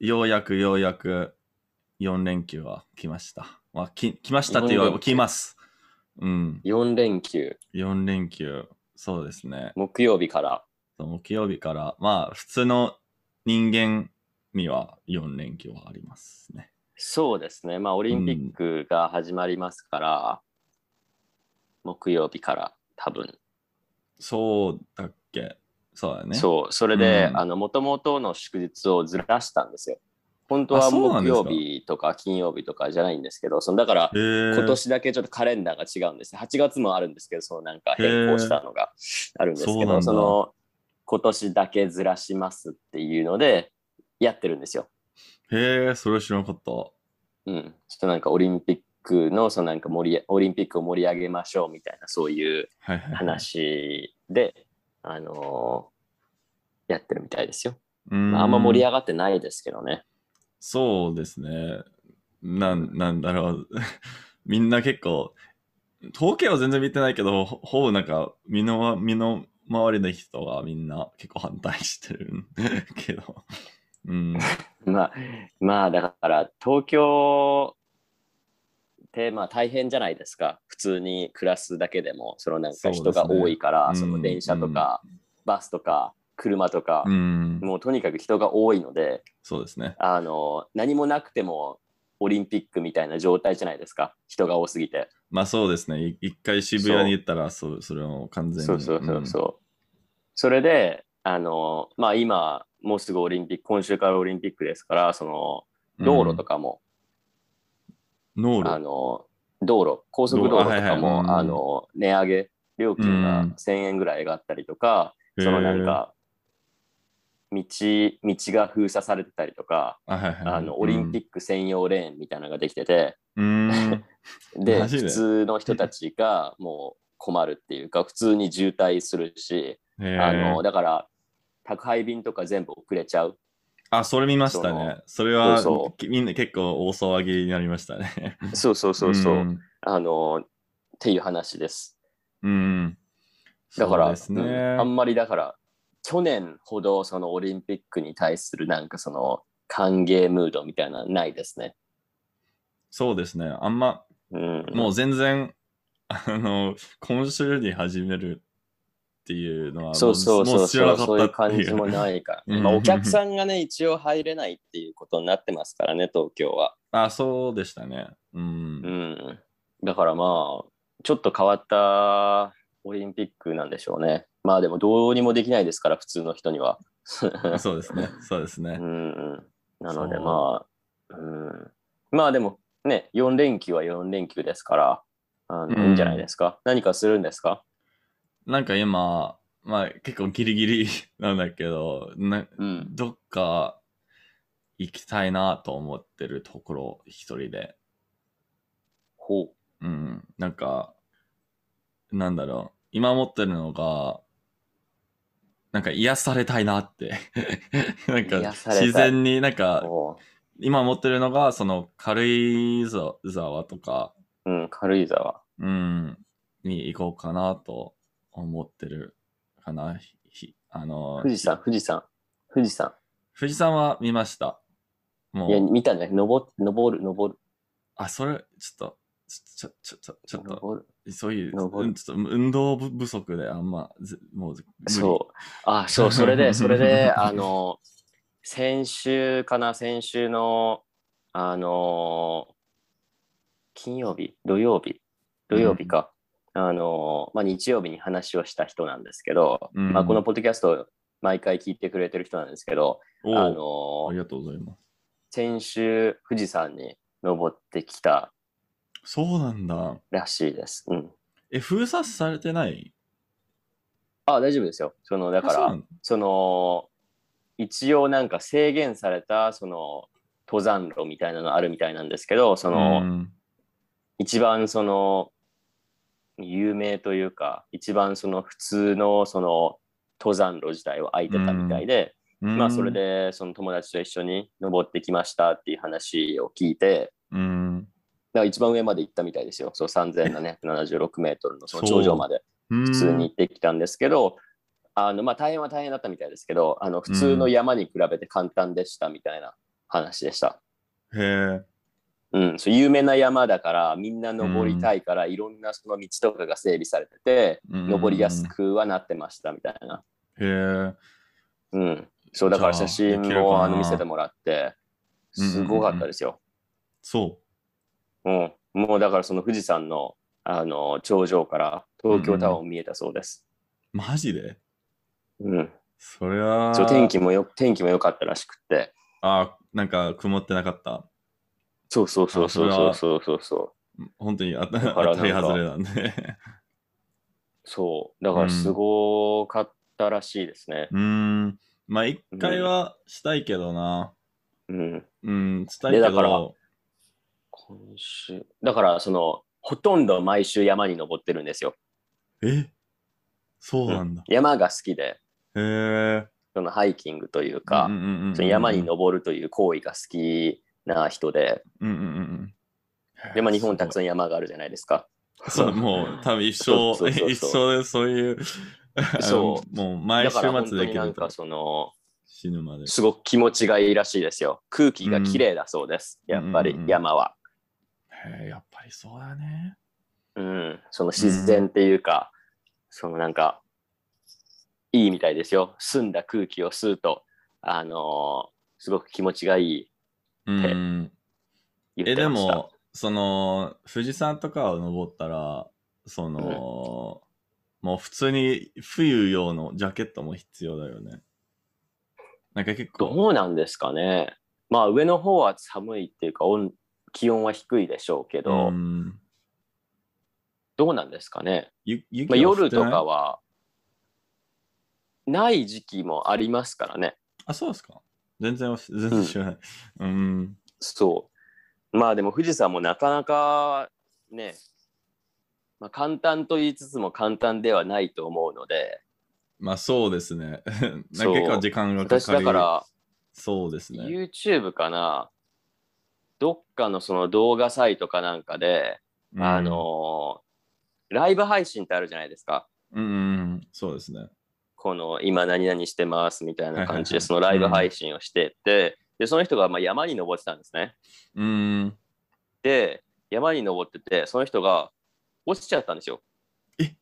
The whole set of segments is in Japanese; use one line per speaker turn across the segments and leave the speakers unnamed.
ようやくようやく4連休は来ました。まあ、き来ましたって言われば
四連
来ます。うん。
4連休、
4連休。そうですね。
木曜日から。
木曜日から、まあ、普通の人間には4連休はありますね。
そうですね。まあ、オリンピックが始まりますから、木曜日から多分。
そうだっけそうだね。
そう、それで、
うん
あの、もともとの祝日をずらしたんですよ。本当は
あそうなん
木
ですか
曜日とか金曜日とかじゃないんですけど、そのだから、
へー
今年だけちょっとカレンダーが違うんですね。8月もあるんですけど、そのなんか変更したのがあるんですけ
そうなん
ど、
だ
その今年だけずらしますっていうのでやってるんですよ。
へえ、それ知らなかった。
うん。ちょっとなんかオリンピックの、そのなんか盛り、オリンピックを盛り上げましょうみたいな、そういう
はいはいはい。
話で、あのーやってるみたいですよ。
うーん
まああんま盛り上がってないですけどね。
そうですね。なん、なんだろう。 みんな結構、統計は全然見てないけど、ほほぼなんか、身のわ、身の回りの人がみんな結構反対してるん けど。うん。
まあ、まあ、だから、東京って、まあ、大変じゃないですか。普通に暮らすだけでも、そのなん
そ
か
うです
人
ね
が多いから、
うん
その電車とか、バスとか、車とか
う、ん。
もうとにかく人が多いので、
そうですね。
あの、何もなくても、オリンピックみたいな状態じゃないですか。人が多すぎて。
まあそうですね。い一回渋谷に行ったら、そう、それはもう完全に。
そうそうそうそう。それで、あの、まあ、今、もうすぐオリンピック、今週からオリンピックですから、その、道路と
か。
かも、
道
あ
路。
の道路高速道路とか
道路あはいはいうん
もあの値上げ料金
う
が
ん
1000円ぐらい上がったりとか、そのなんか道道が封鎖されてたりとか、
へー、あはいはいはい
あのオリンピック専用レーンみたいなのができてて、
うん。うーん
で
マジで
普通の人たちがもう困るっていうか普通に渋滞するし、
へー
あのだから宅配便とか全部遅れちゃう
あ、それ見ましたね。それは
そうそ
みんな結構大騒ぎになりましたね。
そうそうそうそう、
ん。
あのっていう話です。
うん。
だから、
そうですね。
うんあんまりだから、去年ほどそのオリンピックに対するなんかその歓迎ムードみたいなのないですね。
そうですね。あんま、
うん、
もう全然、あの、今週に始めるっていうのは、
そうそう
も
そう
も
う
知らな
そう、
か
そういう
ったって
感
いう。
じもないから、
うん
まあ、お客さんがね、一応入れないっていうことになってますからね、東京は。
あ、そうでしたね。う。
うんん、だからまあ、ちょっと変わったオリンピックなんでしょうね。まあでも、どうにもできないですから、普通の人 には。
そうですね。そうですね
う。んうんなので
そう
まあ、うん、まあでもね4連休は4連休ですからあの、
うん
いいんじゃないですか何かするんですか
なんか今、まあ結構ギリギリ なんだけど、な
うん
どっか行きたいなと思ってるところ、一人で。
ほ
うん、なんか、なんだろう、今思ってるのが、なんか癒されたいなって。 なんか
癒されたい
自然になん
う
か、
ほ
今思ってるのが、その軽井沢とか、
う、うん、軽井沢
うん、に行こうかなと思ってるかな。ひあの、
富士山富士山富士山
富士山は見ました。も
いや
う、
見たんじゃない登登る登る
あ、それ、ちょっと、ちょ、ちょ、ちょ、ちょっと、
登る
そういう、
登る
うんちょっと運動不足であんま、ずもう無理、
そうあそうそれ でそれであの先週かな先週のあの金曜日土曜日土曜日か、あのまあ、日曜日に話をした人なんですけど、
うん
まあ、このポッドキャスト毎回聞いてくれてる人なんですけど、
おう
あ
あ
の
りがとうございます。
先週富士山に登ってきた
そうなんだ。
らしいです。うん、
え、封鎖されてない
あ大丈夫ですよ。そのだか
あそう
ら
なん
その一応なんか制限されたその登山路みたいなのあるみたいなんですけどその、
うん
一番その有名というか一番その普通のその登山路自体は空いてたみたいで、まあそれ。でその友達と一緒に登ってきましたっていう話を聞いて
うん。
だから一番上まで行ったみたいですよそう3776メートルのその頂上まで
普
普通に行。ってきたんですけど、あのまあ、大変は大変だったみたいですけどあの普通の山に比べて簡単でしたみたいな話でした。
へえ。
うん、そう有名な山だからみんな登りたいから、いろんなその道とかが整備されてて、登りやすくはなってましたみたいな。
うん。へえ。
うん、そうだから
じゃあ
写真
できるか
も
な
あの見せてもらって
うんうんうん
すごかったですよ。
そ
うん、もうだからその富士山のあの頂上から東京タワーも見えたそうです。
う。マジで
うん、
そりゃあ。
そう天気もよ天気も良かったらしくって。
あーなんか曇ってなかった。
そうそうそうそうそうそうそうそう。
本当にあた
だからなんか
当たり外れなんで。
そうだからすごかったらしいですね。
うーん。まあ、一回はしたいけどな。
うん、
うん、したいけ
でだから
ど。
今週だからそのほとんど毎週山に登ってるんですよ。
えそうなんだ。
山が好きで
へえ。
そのハイキングというか、
うんうんうんうん
その山に登るという行為が好きな人で、
うんうんうんうん。
でまあ、日本たく
ん。
さん山があるじゃないですか。
そう、もう多分一
そうそ
生
うそ、う
一生でそういう、。
そう
もう毎
だ
週
から本
末
当
で
に
き
な
る
んか
と
その
死ぬまで。
すごく気持ちがいいらしいですよ。空気が綺麗だそうです、
うん
やっぱ
う
り
んうんうん
山は。
へえやっぱりそうだね。
うん、その自然っていうか、そのなんかいいみたいですよ。澄んだ空気を吸うと、あのーすごく気持ちがいい
うん。
言って
え、で
ました。
も、その、富士山とかを登ったら、その、もう普通に冬用のジャケットも必要だよね。なんか結構、
どうなんですかね。まあ上の方は寒いっていうか温気温は低いでしょうけど、
うん、
どうなんですかね。
ゆ雪
まあ、
は降
夜
って
と
ない
かはない時期もありますからね。
あ、そうですか。全然、全然知らない。うん。
そう。まあでも富士山もなかなかね、まあ、簡単と言いつつも簡単ではないと思うので、
まあそうですね。 なんか結
そう
構時間がかかる。
私だから
そうですね。
YouTube かな、どっかのその動画サイトかなんかで、あのーライブ配信ってあるじゃないですか。
うん、うんうん、そうですね。
この今何々してますみたい
はい
な感じ
はいは
で
い
そのライブ配信をしてて、でその人がまあ山に登ってたんですね。
うん。
で山に登っててその人が落ちちゃったんですよ。
え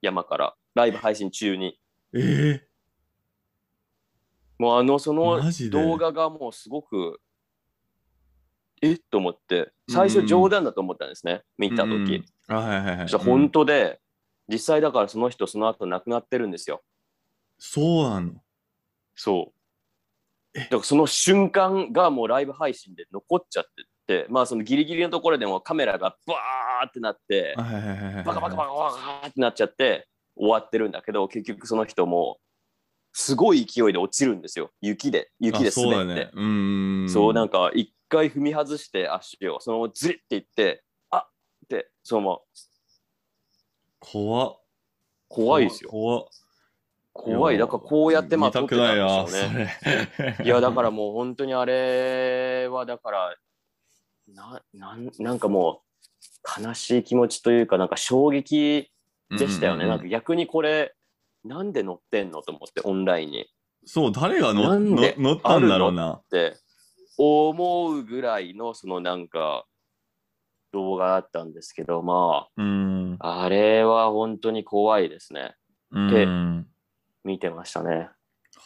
山からライブ配信中に。
ええ
もうあのその
マジで
動画がもうすごくえっと思って最初冗談だと思ったんですね、見た時、
うんうんあ、はいはいは
そ
い。
したら
う
本
ん
当で、実際だからその人その後亡くなってるんですよ。
そうなの。
そう。
え
だからその瞬間がもうライブ配信で残っちゃってて、まあそのギリギリのところでもカメラがバーってなって、
はいはいはいはい。
バカバカバカバカってなっちゃって終わってるんだけど、結局その人もすごい勢いで落ちるんですよ。雪で、雪で
あそうだ
滑って
ね。。うん。
そうなんか一回踏み外して足をそのままズリっていって、あっって、そのまま
怖っ
怖いですよ。
怖っ
怖い。だからこうやってまあ
見た
撮って
くな
たん
い
で
な、
しょうね。
それ。
いやだからもう本当にあれはだからななんなんかもう悲しい気持ちというかなんか衝撃でしたよ
うんうん
ね、
うん
なんか逆にこれなんで乗ってんのと思ってオンラインに
そう、誰が乗っ
なんで
乗乗ったんだろうな。
って思うぐらいのそのなんか動画だったんですけどま
うん。
ああれは本当に怖いですね
うん。
見てましたね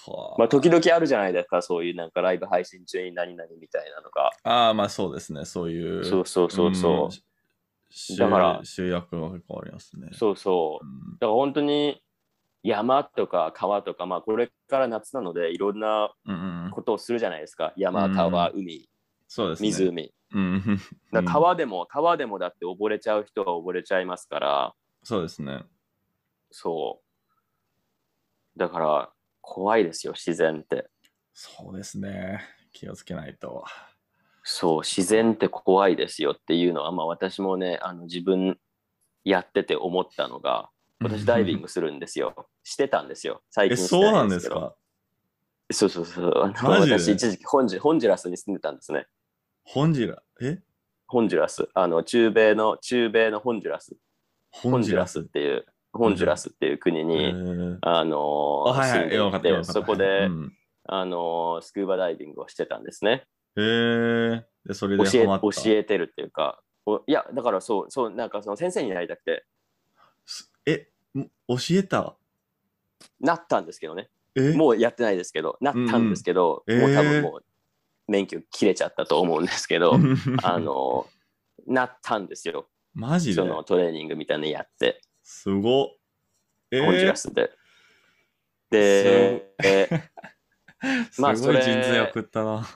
はあ
まあ時々あるじゃないですかそういうなんかライブ配信中に何々みたいなのが、
ああ、まあそうですね。そういう。
そうそうそうそう、
んし
だから
集約が結構ありますね。
そうそうう。
ん
だから本当に山とか川とか、まあこれから夏なのでいろんな
うんうん、
ことをするじゃないですか。山、川、海、
そうですね。
湖。
うん、
だから川でも、川でもだって溺れちゃう人は溺れちゃいますから、
そうですね。
そう。だから怖いですよ、自然って。
そうですね。気をつけないと。
そう、自然って怖いですよっていうのは、まあ私もね、あの自分やってて思ったのが、私ダイビン
グ。
グするんですよ。してたんですよ。最
え、
近して
そうなん
い
です
けど
か
そうそうそう。あの
マジで
私、一時期ホンジ、ホンジュラスに住んでたんですね。
ホンジュラ。え
ホンジュラス。あの、中米の、中米のホンジュラス。
ホンジュラス
ホンジュラスっていう、ホンジュラスっていう国に、
えー
あのー
あはいはい、
住んでいて
よかったよかった。
そこで、
うん
あのスクーバダイビングをしてたんですね。
へーで、それで
教え
ハマった
教。えてるっていうか、おいや、だからそう、そう、なんかその先生になりたくて、
すえ、ん教えた
なったんですけどね、
え
もうやってないですけど、なったんですけど、
うんうん
もう
え
多
ー
分もう免許切れちゃったと思うんですけ ど、あの、なったんですよ。
マジで
そのトレーニングみたいなのやって、
すごっ。え
ホンジュ
ー
ラ、スで。 で、えー
すご
ま
い
あ
人
それ
生送った な。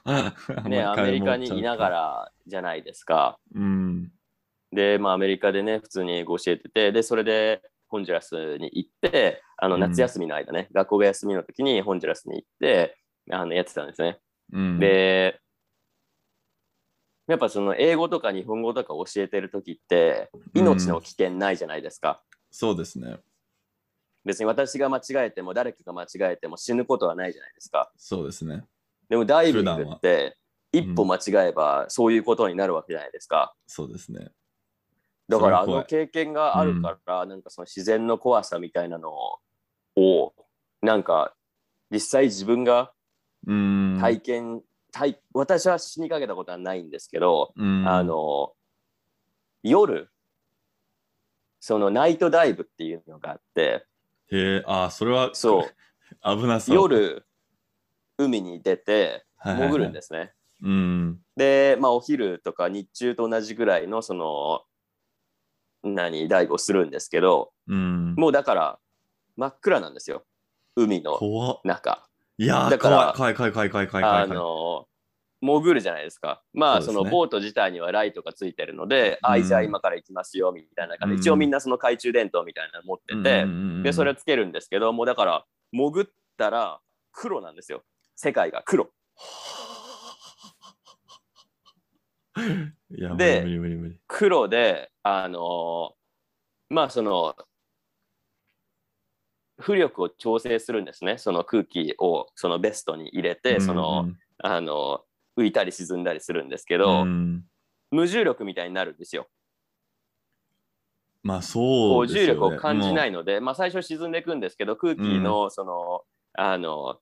ね、アメリカにいなが
ら。
らじゃないですか。
うん。
で、まあ、アメリカでね、普通に英語教えてて、で、それで、ホンジュラスに行って、あの
うん
夏休みの間ね、学校が休みの時にホンジュラスに行って、あのやってたんですね。
うん、
で、やっぱその英語とか日本語とか教えてる時って、命の危険ないじゃないですか。
そうですね。
別に私が間違えても、誰かが間違えても死ぬことはないじゃないですか。
そうですね。
でもダイビング
普段は
って、一歩
うん
間違えばそういうことになるわけじゃないですか。
そうですね。
だからあ
それは怖い
の経験があるから、なんかその自然の怖さみたいなのをなんか実際自分が
うん。
体験、体私は死にかけたことはないんですけど、
うん、
あ、の夜そのナイトダイブっていうのがあって
へえ、あ、それは
そう
危なそう。、
夜海に出て
はいはいはい
潜るんですね。
うん。
で、まあ、お昼とか日中と同じぐらいのその何ダイブをするんですけど、
うん。
もうだから真っ暗なんですよ海の
怖っ。
中、
いやー、
だから
怖い、怖い、怖い、怖い、怖い、怖い。
あの潜るじゃないですかまあ
そ
そう
ですね
のボート自体にはライトがついてるので、
うん
あいじゃあ今から行きますよみたいな感じ
う
で、
ん
一応みんなその懐中電灯みたいなの持ってて、でそれを
は、
つけるんですけどもうだから潜ったら黒なんですよ世界が黒
いや、
で
無理無理無理
黒であのまあその浮力を調整するんですねその空気をそのベストに入れ
無
て、
理。
その、あの浮いたり沈んだりするんですけど、
うんうん
無重力みたいになるんですよ。
まあ
こ
そううです
重
よ、ね。。
力を感じないいので、まあ、最初沈んでいくんですけど空気のその,、あの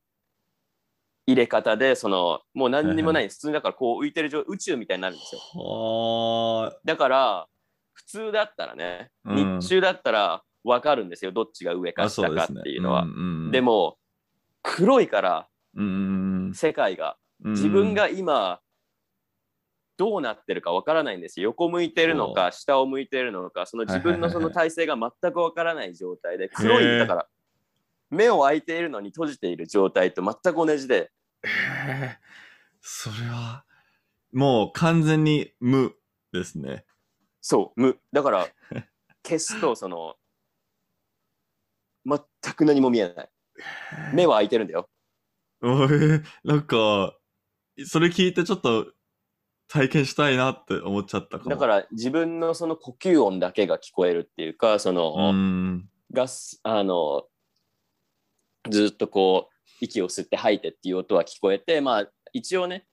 入れ方でそのもう何にもない、普通だからこう浮いてる状宇宙みたいになるんですよ。
は
だから普通だったらね、
うん
日中だったら分かるんですよどっちが上
ー
か
あ、そ
下
う
か
ですね。
っていうのは。
んうんうん
で、も黒いから
うんうん
世界が。
うん、
自分が今どうなってるかわからないんですよ横向いてるのか下を向いてるのかその自分のその体勢が全くわからない状態で黒
へー
いだから目を開いているのに閉じている状態と全く同じで
へーそれは、もう完全に無ですね。
そう無だから 消すとその全く何も見えない目は開いてるんだよ
おえなんか、それ聞いてちょっと体験したいなって思っちゃったかも。、
だからら自分のその呼吸音だけが聞こえるっていうかその、
うん、
ガスあのずっとこう息を吸って吐いてっていう音は聞こえてまあ一応ね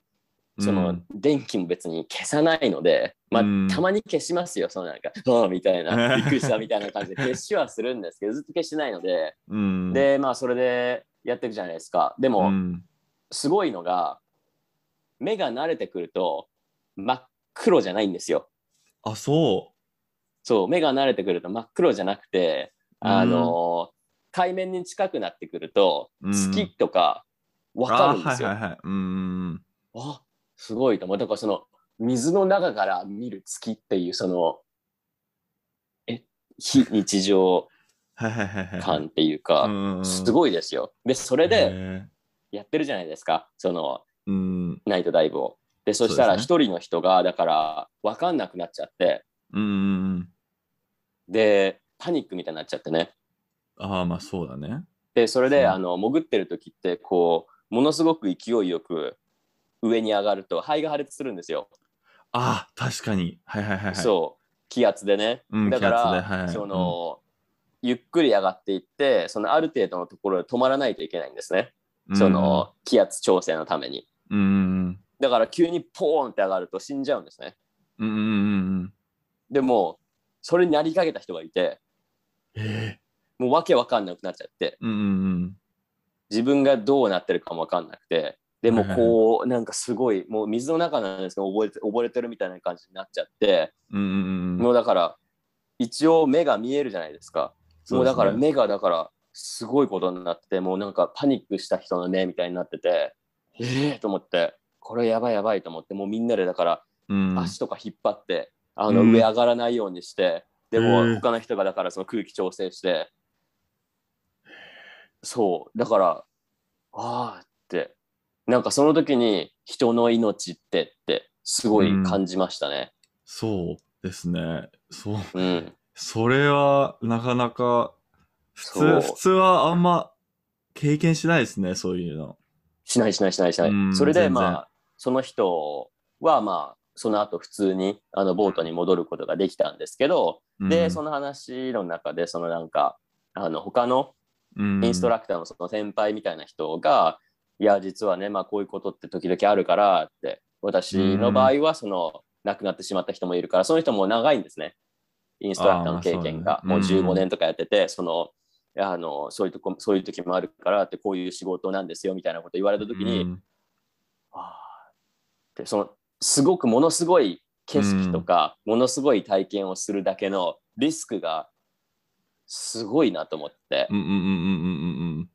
その、
うん
電気も別に消さないので、まあ
うん
たまに消しますよそのなんか「ああ」みた いな「びっくりした」みたいな感じで消しはするんですけどずっと消してないので、
うん、
でまあそれでやっていくじゃないですかでも、
うん
すごいのが目が慣れてくると真っ黒じゃないんですよ
あ、そ
そう目が慣れてくると真っ黒じゃなくてあのー海面に近くなってくると、
うん
月とか
う。
分かるんですよ。あ,、
あはいはいはい。うん。
すごいと思う。だからその水の中から見る月っていうそのえ非日常
はいはいはいはい。
感っていうか、
うん
すごいですよ。でそれで
へ
やってるじゃないですかその
ーうん。
ナイトダイブを。でそした
そ
ら
うです
一人の人がだから分かんなくなっちゃって
うんうんうん。
でパニックみたいになっちゃってね。
ああ、まあそうだね。
でそれで、
うん
あの潜ってる時ってこうものすごく勢いよく上に上がると肺が破裂するんですよ、
ああ、確かに。はいはいはいはい。
そう気圧でね、
うん
だか
気圧で
ら、
はいはい
その、ゆっくり上がっていってそのある程度のところで止まらないといけないんですね、
うん
その気圧調整のために
うんうん
だから急にポーンって上がると死んじゃうんですね
うん。うんうんうんうん。
でもそれになりかけた人がいて
ええ
もうわけわかんなくなっちゃって
うんうんうん。
自分がどうなってるかも分かんなくてでもこうなんかすごいもう水の中なんですけど溺れて溺れてるみたいな感じになっちゃって
うんうん
もうだから一応目が見えるじゃないですかもうだから
そうですね
目がだからすごいことになっててもうなんかパニックした人の目みたいになっててええと思ってこれやばいやばいと思ってもうみんなでだから
うん。
足とか引っ張って、あの
うん
上上がらないようにして、で
へ
も
え
他の人がだからその空気調整して、そうだからああってなんかその時に人の命ってってすごい感じましたね。
そうですね。そう。
うん、
それはなかなか、普
そう
通、普通はあんま経験しないですね、そういうの。
しないしないしないしない。
うん
それで
全然
まあその人はまあその後普通にあのボートに戻ることができたんですけど、でそ
の、
の話の中でそのなんかあの他の
うん
インストラクターのその先輩みたいな人が、いや、実はね、まあ、こういうことって時々あるからって、私の場合は、その、亡くなってしまった人もいるから、その人も長いんですね。インストラクターの経験が、
あー
も
ま
う
あそうだね
15
うん
年とかやってて、その、あのそういうとこそういう時もあるからってこういう仕事なんですよみたいなこと言われた時に、
うん
あーってそのすごくものすごい景色とか、ものすごい体験をするだけのリスクがすごいなと思って、
うんうんうんうんうんうん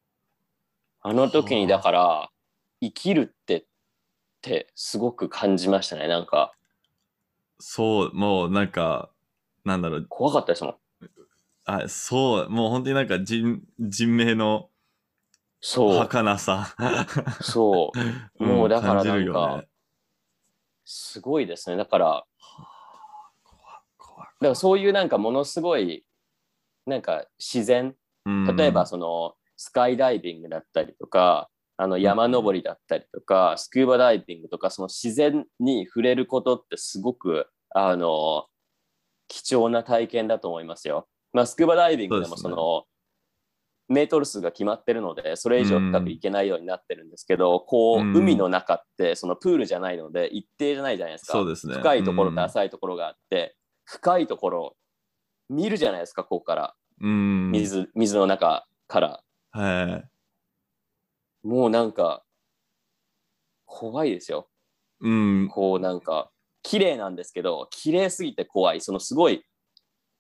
あの時にだから生きるってってすごく感じましたねなんか
そう、もうなんか、なんだろう、
怖かったですもん
あ、そう、もう本当になんか人、人命の
そう
儚さ。
そうもうだ からなんか
感じるよね
すごいですねだからだ
怖い
からそういうなんかものすごいなんか自然
怖い
例えばそのスカイダイビングだったりとかあの山登りだったりとかスキューバダイビングとかその自然に触れることってすごくあの貴重な体験だと思いますよ。まあ、スキューバダイビングでも
そ
そ
です
う
ね
のメートル数が決まってるのでそれ以上深く行けないようになってるんですけど、こう
うん
海の中ってそのプールじゃないので一定じゃないじゃないですか
そうですね
深いところと
うん
浅いところがあって、深いところ見るじゃないですかここから
うん、うん。
水水の中から
はい。
もうなんか怖いですよ
うん、
こうなんか綺麗なんですけど綺麗すぎて怖いそのすごい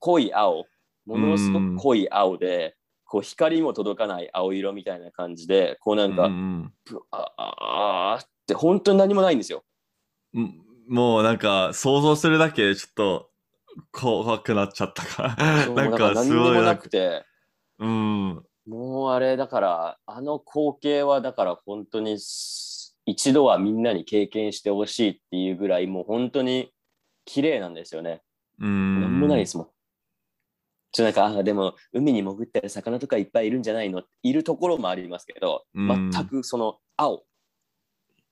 濃い青ものすごく濃い青で、こう光も届かない青色みたいな感じでこうなんか、
うんうん
ぷあああーって本当に何もないんですよ
うんもうなんか想像するだけでちょっと怖くなっちゃったか
そう
ら なん
だ
か
ら何
す
に
ごい
も
な
なんく
か
て
うん
もうあれだからあの光景はだから本当にす一度はみんなに経験してほしいっていうぐらいもう本当に綺麗なんですよね
うん
なんもないですもん。ちょなんかあでも海に潜ったら魚とかいっぱいいるんじゃないのいるところもありますけど
うん
全くその青っ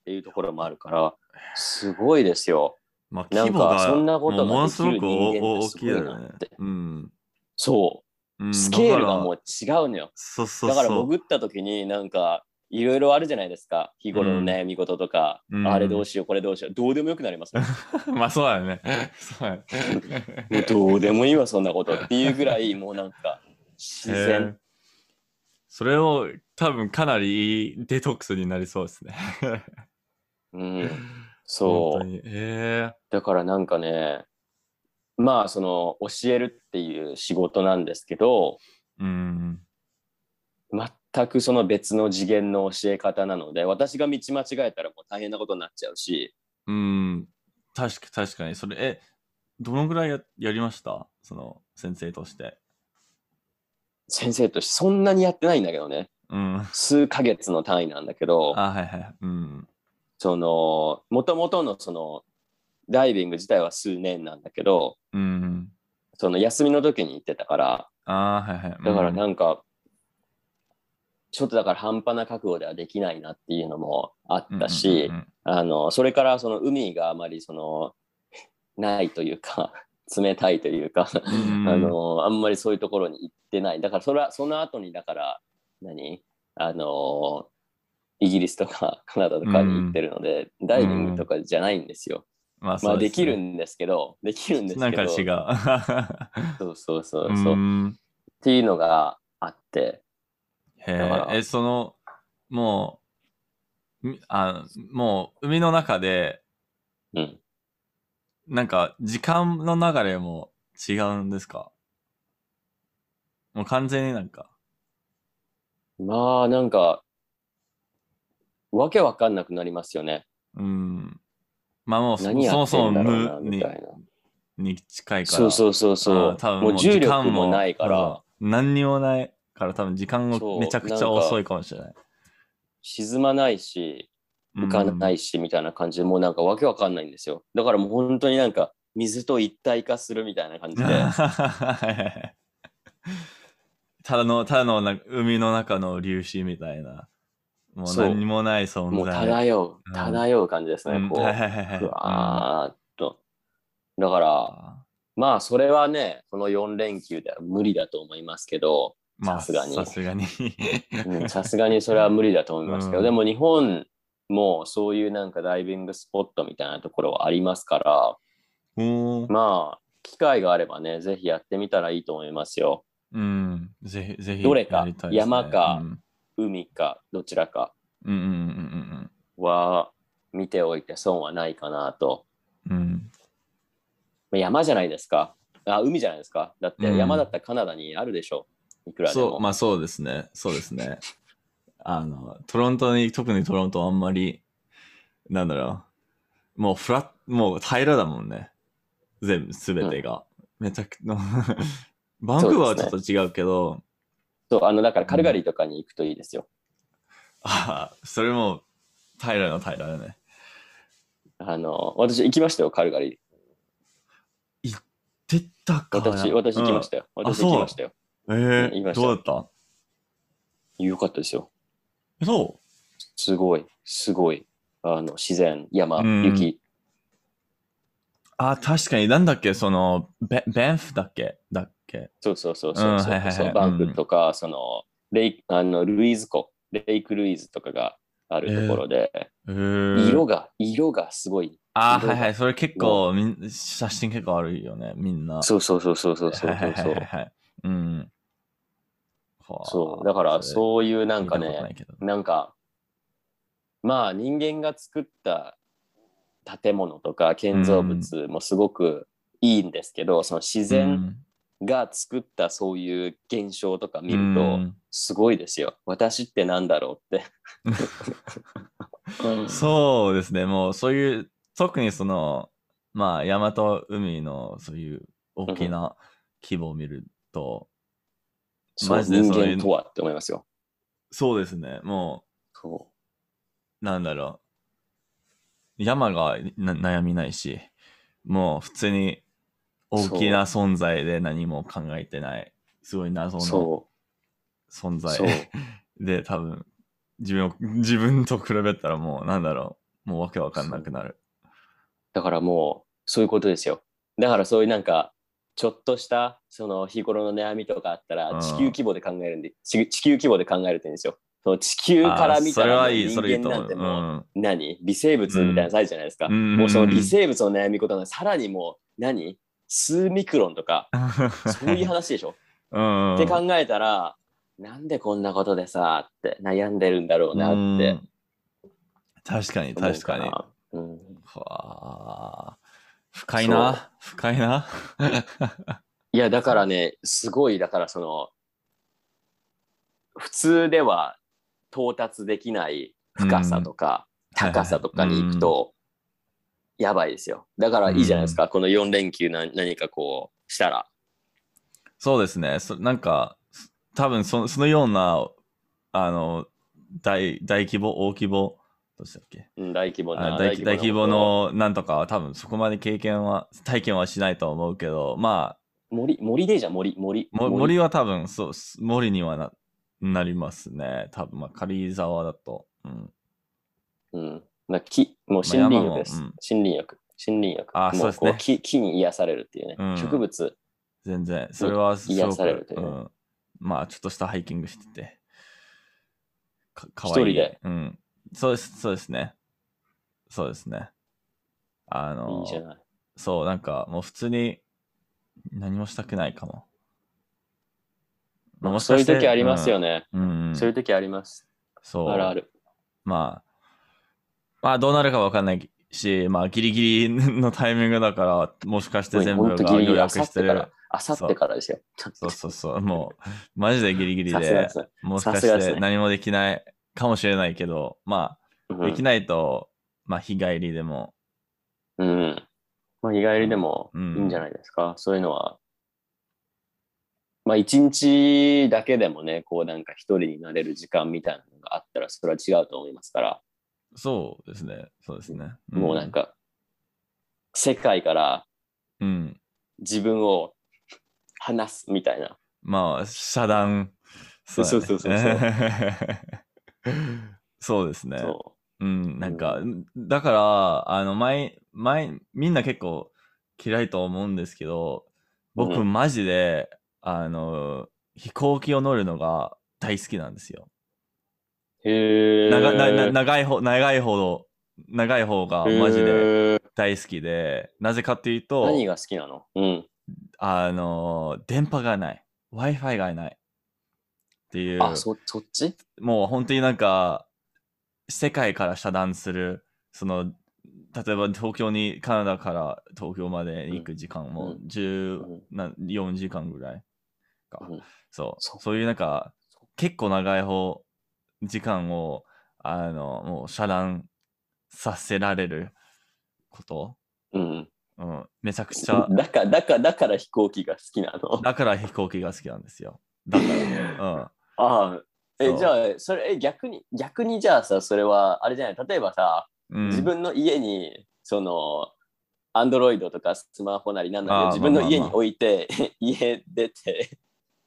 ていうところもあるからすごいですよ。
まあ
なん
規模
か
が
そんなこと
もうも
が
の
でき
すご
る
くお
人間
お
って
大
す
きい
ごい
だ
な
よね
って。
うん
そ
うん
うスケール
だから
がもう違うのよ。
そうそう
だから
そう
潜った時になんかいろいろあるじゃないですか日頃の悩み事とか、
うん
あれどうしようこれどうしようどうでもよくな りますもん
まあそうだよねそうだよ ね
もうどうでもいいわそんなことっていうぐらいもうなんか自然
へえそれを多分かなりいいデトックスになりそうですね
うん、
本
そ
当
う
にへえ
だからなんかねまあその教えるっていう仕事なんですけど
うん
全くその別の次元の教え方なので私が道間違えたらもう大変なことになっちゃうし
うん、確か確かに。それ、え、どのぐらいややりましたその、先生として。
先生としてそんなにやってないんだけどね
うん。あ、
数ヶ月の単位なんだけど
はいはい。うん。
その元々のそのダイビング自体は数年なんだけど
うん。
その休みの時に行ってたから
あーはいはい。
だから
うん
なんか、ちょっとだから半端な覚悟ではできないなっていうのもあったし、
うんうんうん
あのそれからその海があまりそのないというか冷たいというか、
ん
あのあんまりそういうところに行ってないだからそれはその後にだから何あのイギリスとか カナダとかに行ってるので、ダイビングとかじゃないんですよ。
まあ、
ま
そ
あ
う
ですき
ね
るんですけどできるんですけど
なんか違う。
そうそうそう
う
そう、っ
ん。
ていうのがあって
へ
だか
え
ら
え、その、もう、みあもう海の中で、
うん。
なんか時間の流れも違うんですかもう完全になんか。
まあ、なんか、わけわかんなくなりますよね。
うん。まあもうそ
何や
そも
って
そ
んだ
も
ろうな、
無
み
に
たいな。
に近いから。
そうそうそうそ
あー
う。
多分
もう重
時間
力もないから、。
うん何にもないから多分時間が
そう
めちゃくち
なん
ゃ
か
遅いかもしれない。。
沈まないし、浮かないいし、みたいな感じで、もうなんかわけわかんないんですよ。だからもう本当になんか、水と一体化するみたいな 感じで。
ただの、ただのなんか海の中の粒子みたいな。もう
そう
何にもない存在。
もう漂
う
う、
ん
漂う感じです
う
ね
ん、
こう。
はいはいはいはい
ふわーっと。だから、
あ
まあ、それはね、この4連休では無理だと思いますけど、
ーまあ、
さすがに
さすがに。
うんさすがにそれは無理だと思いますけど、
うん
でも日本もそういうなんかダイビングスポットみたいなところはありますから、
おー
まあ、機会があればね、ぜひやってみたらいいと思いますよ。
うん。ぜひ、ぜひ。
どれか
やりたいですね
山か
うん
海かどちらか
うんうんうん
は見ておいて損はないかなと。
うんうん。うん。
まあ山じゃないですか。あ、海じゃないですか。だって
うん
山だったらカナダにあるでしょ。いくらでも。
そう、まあそうですね。そうですね。あの、トロントに、特にトロントはあんまり、なんだろう。もうフラッ、もう平らだもんね。全部、すべてが。めちゃく ちゃ、バンクーバーはちょっと違うけど、
そう、あの、だからカルガリーとかに行くといいですよ。
ああ、それも平らの平らだね。
あの、私行きましたよ、カルガリー。
出たかな
私、私行きましたよ。私行きましたよ。
うん
うん言い
えー、
ました
どうだった
よかったですよ。
えそ
すごい、すごい。あの、自然、山、
うん
雪。
うあ、確かに、なんだっけ、その、ベベンフだっけだっけ
そうそうそうそうそう、
うんはいはいはい
そうバンクとか、その、レイあのルイーズ湖、レイクルイーズとかがあるところで、
えー、
色が、色がすごい。
あー、
色が
はいはい、それ結構、みん写真結構あるよね、みんな。
そうそうそうそうそうそう
はいはいは
そう
いはい。はい。うん。はあ
そう、だから
れ
そういうなんか
見たことな
ね、
いけど
なんか、まあ人間が作った建物とか建造物もすごくいいんですけど、その自然、が作ったそういう現象とか見る
う
と
ん
すごいですよ。私ってなんだろうって。
そうですね、もうそういう、特にその、まあ、山と海のそういう大きな規模を見ると、
そう
マジで
人
そういう
間とはって思いますよ。
そうですね、も、
そう
なんだろう、山がな悩みないし、もう普通に大きな存在で何も考えてない、すごい謎
う
の
そ
存
う
在
そう
で、多分、自分を、自分と比べたらもう、なんだろう、もうわけわかんなくなる。
だからもうそういうことですよ。だからそういうなんかちょっとしたその日頃の悩みとかあった
う
ら
ん
地球規模で考えるんで、地地球規模で考えるといいんですよ。その地球から
あー
見
そ
た
れ
らも
は
う
いい、
人
それいいと
間
思
な
う。
んてもう
うん
何微生物みたいなサイズじゃないですか。
うん
もうその微生物の悩み事のさらにもう何数ミクロン とかそういう話でしょ。
うん
って考えたら、なんでこんなことでさって悩んでるんだろうなっ
う
て
ん確かに
思う
確かに。
なうん、
はあ深いな。深いな。
いやだからねすごいだからその普通では到達できない深さとか、
うん
高さとかに行くと、やばいですよだからいいじゃないですか、この4連休な何かこうしたら
そうですね。そなんか、多分そそのような、あの、大大規模、大規模、どうしたっけ
うん大規模
あ
な
大大規模のなんとかは多分そこまで経験は、体験はしないとは思うけど、ま
森森でいいじゃん森森
あ、も森は多分そう、す森にはななりますね。多分まあ、軽井沢だと。うん、
うん、な木もう森林浴です、
まあ山も
森林浴森林浴
あ
も
そうですね
こ木木に癒されるっていうね、
うん
植物
全然、それはす
癒
ご
されると
く、
いう
う
ね
ん、まあ、ちょっとしたハイキングしてて、かか
一
わ
人
いい。
で
うん。そうです、そうですね。そうですね。あの
いいじゃない
そう、なんか、もう普通に何もしたくないかも。
まあそういう時ありますよ
ね。
ね、
うん、うん
そういう時あります
そう。
あるある。
まあ、まあどうなるかわかんないし、まあギリギリのタイミングだから、もしかして全
ほ
部
んと
が
ギリギ
予
リ、あ
約
さっ
して
て
る。
から、あさってからですよ。
そうそうそう、もう、マジでギリギリ
さすが
で
で、すね。
もしか
さすが
し
です
て
ね
何もできないかもしれないけど、まあ、できないと、まあ、日帰りでも、
うん。うんまあ、日帰りでもいいんじゃないですか。そういうのは。まあ、一日だけでもね、こうなんか一人になれる時間みたいなのがあったら、それは違うと思いますから、
そうですね、そうですね。
もうなん、か、世界から
うん。
自分を話すみたいな。
まあ、遮断。そだね
そうそうそうそ
そうですね。
そ
うん、なんか、だから、あの、前、前、みんな結構嫌いと思うんですけど、僕、
うん
マジで、あの、飛行機を乗るのが大好きなんですよ。
う。へえ。
長なな長い方、長いほど、長い方がマジで
へー
大好きで、なぜかっていうと、
何が好きなのうん。
あの、電波がない、Wi-Fi がないっていう、
あ、そ、そっち
もう本当になんか、世界から遮断する、その、例えば東京に、カナダから東京まで行く時間も
うん
14、4時間ぐらいか。
うん
そう、
そう
そういうなんか、結構長い方、時間を、あの、もう遮断させられること、
うん。
うん、めちゃくちゃ、
だから、だから、だから飛行機が好きなの。
だから飛行機が好きなんですよ。だから、うん。
ああ。え、
そう
じゃあ、それ、え、逆に、逆にじゃあさ、それは、あれじゃない、例えばさ、
うん
自分の家に、その、アンドロイドとかスマホなりなんなり
あ
を
あ
自分の家
ま
に
あまあまあ
置いて、 家出て、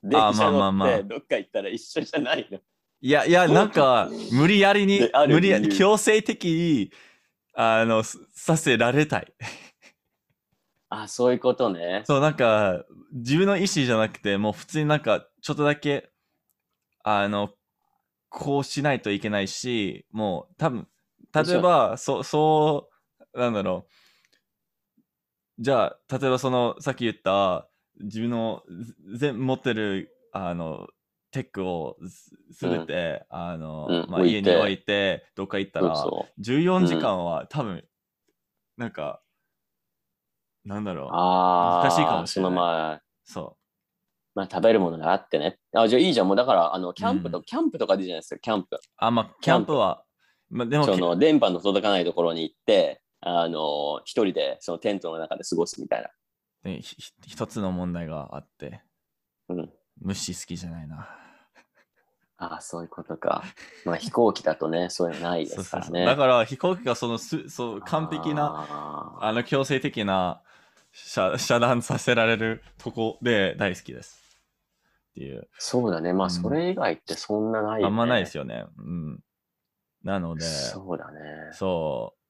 電
ああ
車
まあま
乗
あまあ
って、どっか行ったら一緒じゃないの。
いや、いや、なんか、無理やりに
であ、る
無理や
理由
強制的に、あの、すさせられたい。
あ、そういうことね。
そう、なんか、自分の意思じゃなくて、もう普通になんか、ちょっとだけ、あの、こうしないといけないし、もう、多分、例えば、そう、そう、なんだろう。じゃあ、例えばその、さっき言った、自分の、ぜ全持ってる、あの、テックをすすべて、あの、
うん
まあ、
置い
家に
て
置いて、どっか行ったら、
そうそう
14時間は多分、なんか、なんだろう。
ああ、
難しいかもしれない
そのまあ、
そ
まあ、食べるものがあってね。あ、じゃあいいじゃん。もうだから、あの、キャンプと、
う
キャンプとかでいいじゃないですか、キャンプ。
う。あ、まあ、キ
キャ
ャ
ン
ン
プ
プは、まあ、でも、
その、電波の届かないところに行って、あの、一人で、そのテントの中で過ごすみたいな。
ねひひ一つの問題があって、
うん。
虫好きじゃないな。
ああ、そういうこと か。まあ、飛行機だとね、そういうのないで
そう
す
そ
か
う
ら
そう
ね。
だから、飛行機がそのすそう完璧な、
な。
あの、強制的な遮遮断させられるとこで大好きです。っていう。
そうだね。まあ、それ以外ってそんなない、ね
あんまないです
よ
よね。うん。なので、
ね。そうだね。
そう。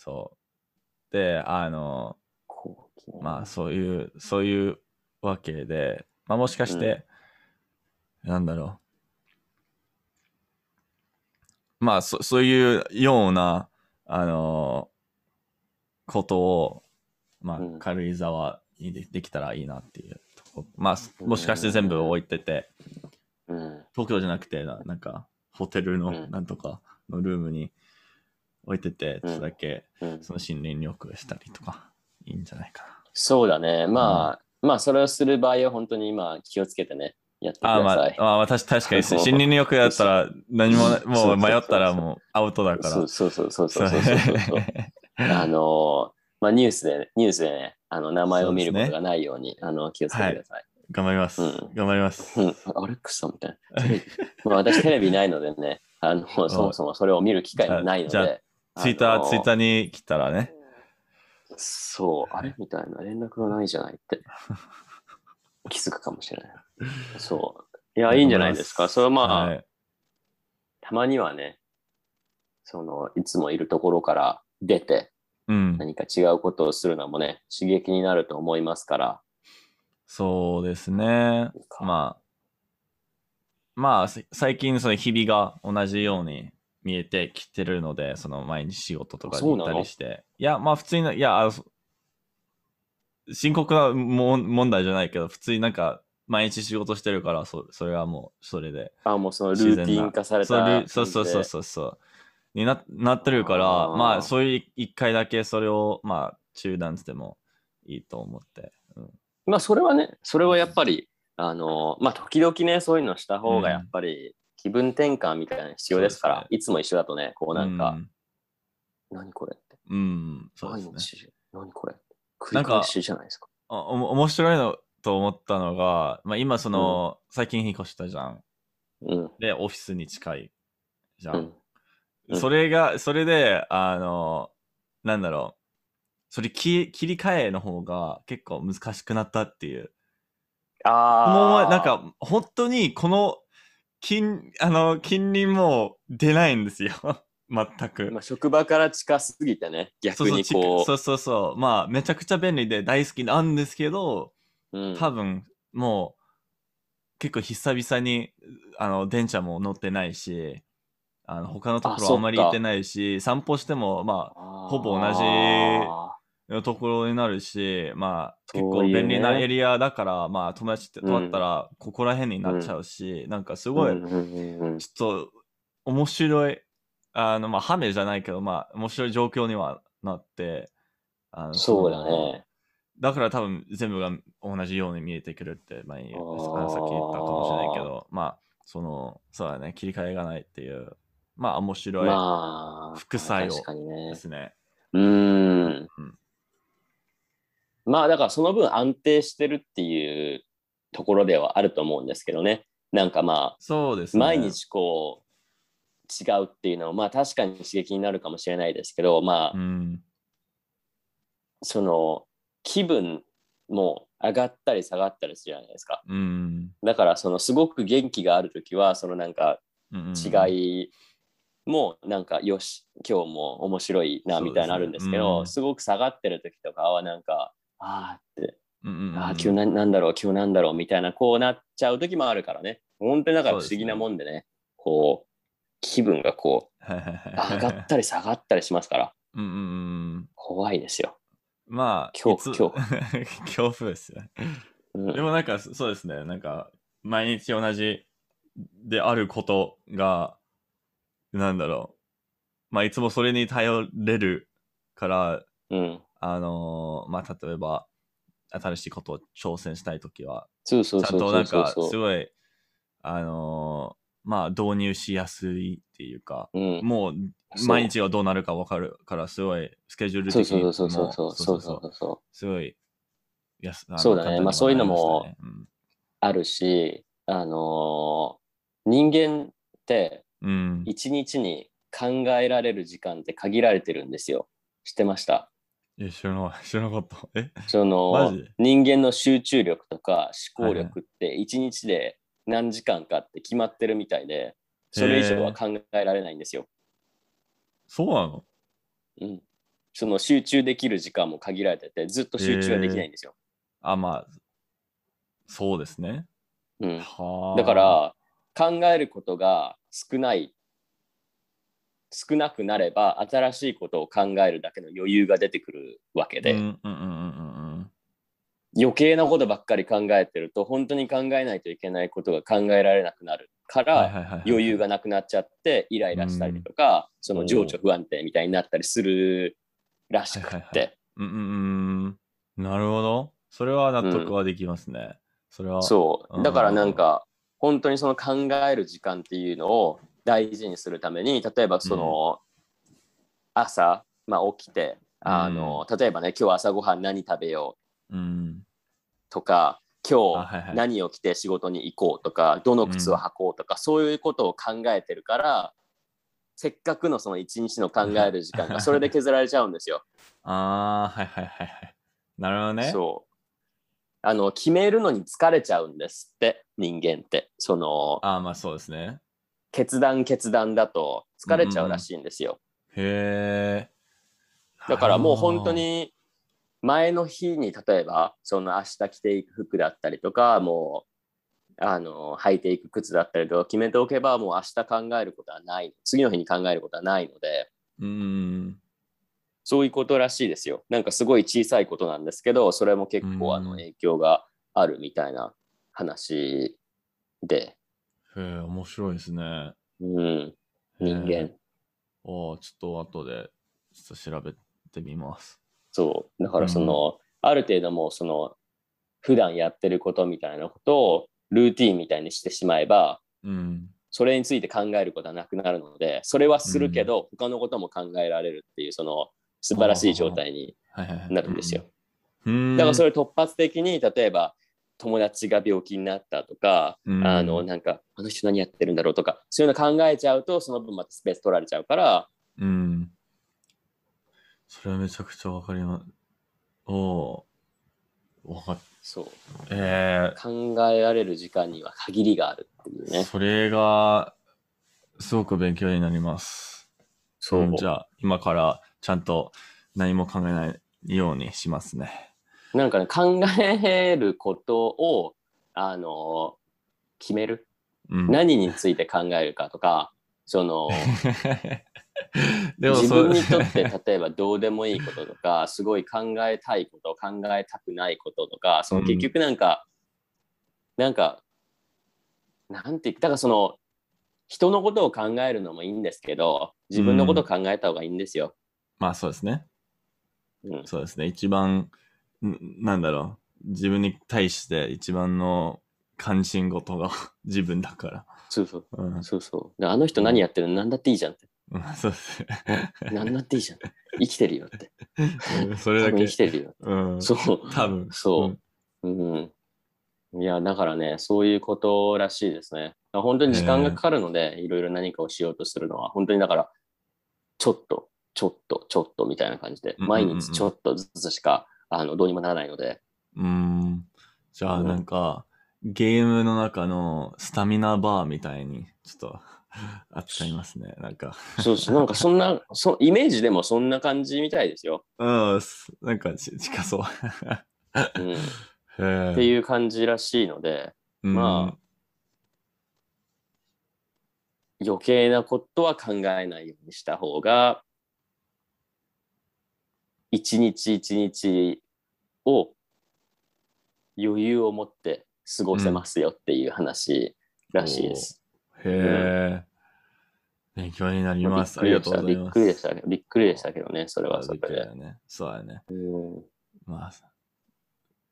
そう。で、あの、
飛行機ね
まあそういう、そういうわけで、まあもしかして、なんだろう。まあそそういうような、あのーことを、まあ
うん
軽井沢にでできたらいいなっていうとこ。まあもしかして全部置いてて、
うん。
東京じゃなくてな、なんかホテル
う
の
ん
なんとかのルームに置いてて、
うん
それだけ
うん、
その森林緑化したりとか、いいんじゃないかな。
そうだね。まあ、まあ、それをする場合は本当に今気をつけてね、やってくだ
あ
さ
あ
い。
まあ、まあ、私確かにです、
そう
森林浴やったら何もな、
そう
もう
そうそう
迷ったらもうアウトだから。
そうそうそうそうそうそうそうそうそうあのーまあ、ニュースで、ニュースでね、あの名前を見ることがないようにあの気をつけてください。
頑張ります。
うん
頑張ります。
うん、アレクサみたいな。テレビ まあ、私テレビないのでね、あのそもそもそれを見る機会もないの
じゃあじ
で。
ツイッター、ツイッタ
ー。
ーに来たらね。
そう、あれみたいな連絡がないじゃない って。気づくかもしれない。そう。いや、いいんじゃないですか。それはまあ、
はい
たまにはね、その、いつもいるところから出て、
うん。
何か違うことをするのもね、刺激になると思いますから。
そうですね。まあ、まあ、せ最近その日々が同じように見えてきてるので、その毎日仕事とかに行ったりして。いや、まあ普通に、いや、あのそ深刻なもん問題じゃないけど、普通になんか毎日仕事してるから、そそれはもう、それで。
あ、もうそのルーティン化された
そう
感
ル
じで。
そうそうそうそうそう。にななってるから、
あー
まあ、そういう一回だけそれを、まあ、中断してもいいと思って。うん
まあそれはね、それはやっぱり、あのまあ時々ね、そういうのした方がやっぱり気分転換みたいなの必要ですから、
そうです
いつも一緒だとね、こうなんか、、何これって、
うん、うんそう
毎
ですね。
日、何これ繰
な
り
んか
返しじゃないですか。
あおも面白いのと思ったのが、まあ、今、その、最近引っ越したじゃん。
うん。
で、オフィスに近いじゃ
うん。うん
それが、それで、あの、なんだろう。それき切り替えの方が結構難しくなったっていう。
ああ。
もうなん、か本当にこの金、あの、金利もう出ないんですよ。 全く
ま。あ、職場から近すぎてね、逆に
そう
こう。
そうそうそう。まあめちゃくちゃ便利で大好きなんですけど、
うん
多分もう結構久々にあの電車も乗ってないし、あの他のとこ
あ
ろ
そ
あ
っ
んまり
か
行ってないし、散歩してもまあほぼ同じ
あ
のところになるし、まあ、結
そ
構
ういうね
便利なエリアだから、まあ、友達と会ったら、ここら辺になっちゃうし、なんかす
ー
ごい、
うんうんうんうん
ちょっと、面白い、あの、まあ、ハメじゃないけど、まあ、面白い状況にはなって、あの
そうだ。ね。
だから多分、全部が同じように見えてくるって、前に、さっ
あ
き
ー
言ったかもしれないけど、まあ、その、そうだね、切り替えがないっていう、まあ、面白い
まあ、
副作用
確かにね
で。すね。
うーん
うん。
まあだからその分安定してるっていうところではあると思うんですけどね。なんかま
そうです
あ
ね。
毎日こう違うっていうのはまあ確かに刺激になるかもしれないですけどま
う
あ
ん。
その気分も上がったり下がったりするじゃないですか。
うん。
だからそのすごく元気がある時はそのなんか
うん
違いもなんかよし今日も面白いなみたいなのあるんですけ
そう
ど
です
すごく下がってる時とかはなんかあーって
うんうんうん
あー今日ななんだろう今日なんだろうみたいなこうなっちゃう時もあるからね本当になんか不思議なもんでねこう気分がこ
はいはい はいうはい
上がったり下がったりしますから
うんうんうん。
怖いですよ、
まあ、
恐
いつ
恐
恐怖です よね。
うん
でもなんか、そそうですね。なんか、毎日同じであることが、なんだろう。まあ、いつもそれに頼れるから、
うん、
あのーまあ、例えば、新しいことを挑戦したいときは、
そうそう
ちゃ
そ
ん
う
と
そ
な
うんそう
か、
そ
す
う
ごい、あのーまあ、導入しやすいっていうか、
うん
もう
そう
毎日がどうなるか分かるから、すごいスケジュール
そう
的に
そ
も
うそうそうそうそう
そう
そうそう
すごいやすあの
そうだね
簡単に
まあそういうのも
わかりまし
あるしあのー人間って
たねうん、うん
一日に考えられる時間って限られてるんですよ知ってました
え知らな かった知らなかったえ
そ
マ
の
ジ
人間の集中力とか思考力って一日で何時間かって決まってるみたいでそれ以上は考えられないんですよ。
そうなの
うん、その集中できる時間も限られててずっと集中はできないんですよ。
あまあそうですね
う
は
ん、
あ
だから考えることが少ない少なくなれば新しいことを考えるだけの余裕が出てくるわけで、
うんうんうんうんうん
余計なことばっかり考えてると本当に考えないといけないことが考えられなくなるから、
はいはいはいはい
余裕がなくなっちゃってイライラしたりとか、その情緒不安定みたいになったりするらしくって、
はいはいうんうんうんうんなるほどそれは納得はできますね、それは
そう
うん
だからなんか本当にその考える時間っていうのを大事にするために例えばその朝、まあ、起きてあの、例えばね今日朝ごはん何食べよ
う
う
ん
と
あ
か今
はいは
日
い
何を着て仕事に行こうとかどの靴を履こうとか、そういうことを考えてるからせっかくのその一日の考える時間がそれで削られちゃうんですよ。
ああはいはいはいはいなるほど ね
そうあの決めるのに疲れちゃうんですって人間ってその
ああまあそうですね
決断決断だと疲れちゃうらしいんですよ。
へえ。
だからもう本当に前の日に例えばその明日着ていく服だったりとかもうあの履いていく靴だったりとか決めておけばもう明日考えることはない次の日に考えることはないので
あー。うん。
そういうことらしいですよなんかすごい小さいことなんですけどそれも結
うん
構あの影響があるみたいな話で、
へえ、面白いですね。
うん、人
へ
間
え。。おーちょっと後で、ちょっと調べてみます。
そう。だからその、ある程度もうその、普段やってることみたいなことをルーティンみたいにしてしまえば、
うん。
それについて考えることはなくなるので、それはするけど、他のことも考えられるっていう、その、素晴らしい状態に
はいはいはい。
なるんですよ。
うん。
だからそ
れ、
れ突発的に例えば友達が病気になったとか、
うん
あのなんかあの人何やってるんだろうとかそういうの考えちゃうとその分またスペース取られちゃうから
うん。それはめちゃくちゃわかります。おお。わかっ
そう
え
考えられる時間には限りがあるっていう
ー、
ね。
それが、すごく勉強になります。
そ
んじゃあ、今からちゃんと何も考えないようにしますね。
なんかね考えることをあの決める
うん。
何について考えるかとかその
で
自
そ
分にとって例えばどうでもいいこととかすごい考えたいこと考えたくないこととかその結局なんか、なんかなんていうだからその人のことを考えるのもいいんですけど自分のことを考えた方がいいんですよ。
まあそうですね。
うん
そうですね。一番、んなんだろう。自分に対して一番の関心事が 自分だから。
そうそう
うん。うん
そうそうであの人何やってるの何だっていいじゃんって
そうですね。
何だっていいじゃん生きてるよって
うんそれ
多
だ
分
け
生き。てるよ
うん。
そう
多分。
そううん。いや、だからね、そういうことらしいですね。だから本当に時間がかかるので、いろいろ何かをしようとするのは、本当にだから、ちょっと、ちょっと、ちょっとみたいな感じ
う
で、
んうんうん
毎
うん
日ちょっとずつしか、あの、どうにもならないので、
うーん。じゃあ、
うん
なんか、ゲームの中のスタミナバーみたいに、ちょっ と扱いますね。なんか、
そうそう、なんかそんな、そイメージでもそんな感じみたいですよ。
うん、すなんかち 近そう。
うん、っ
へえ。
ていう感じらしいので、
うん、
ま余計なことは考えないようにした方が、一日一日を余裕を持って過ごせますよっていう話らしいです。
へえ。勉強になり
まあ
ます。ありがとうござい
びっ
ます。
くりでしたびっくりでしたけど、びっくりでしたけどね、それはそ
そう
れ
だ
で。
よね。そうだよね。
うん
まあ、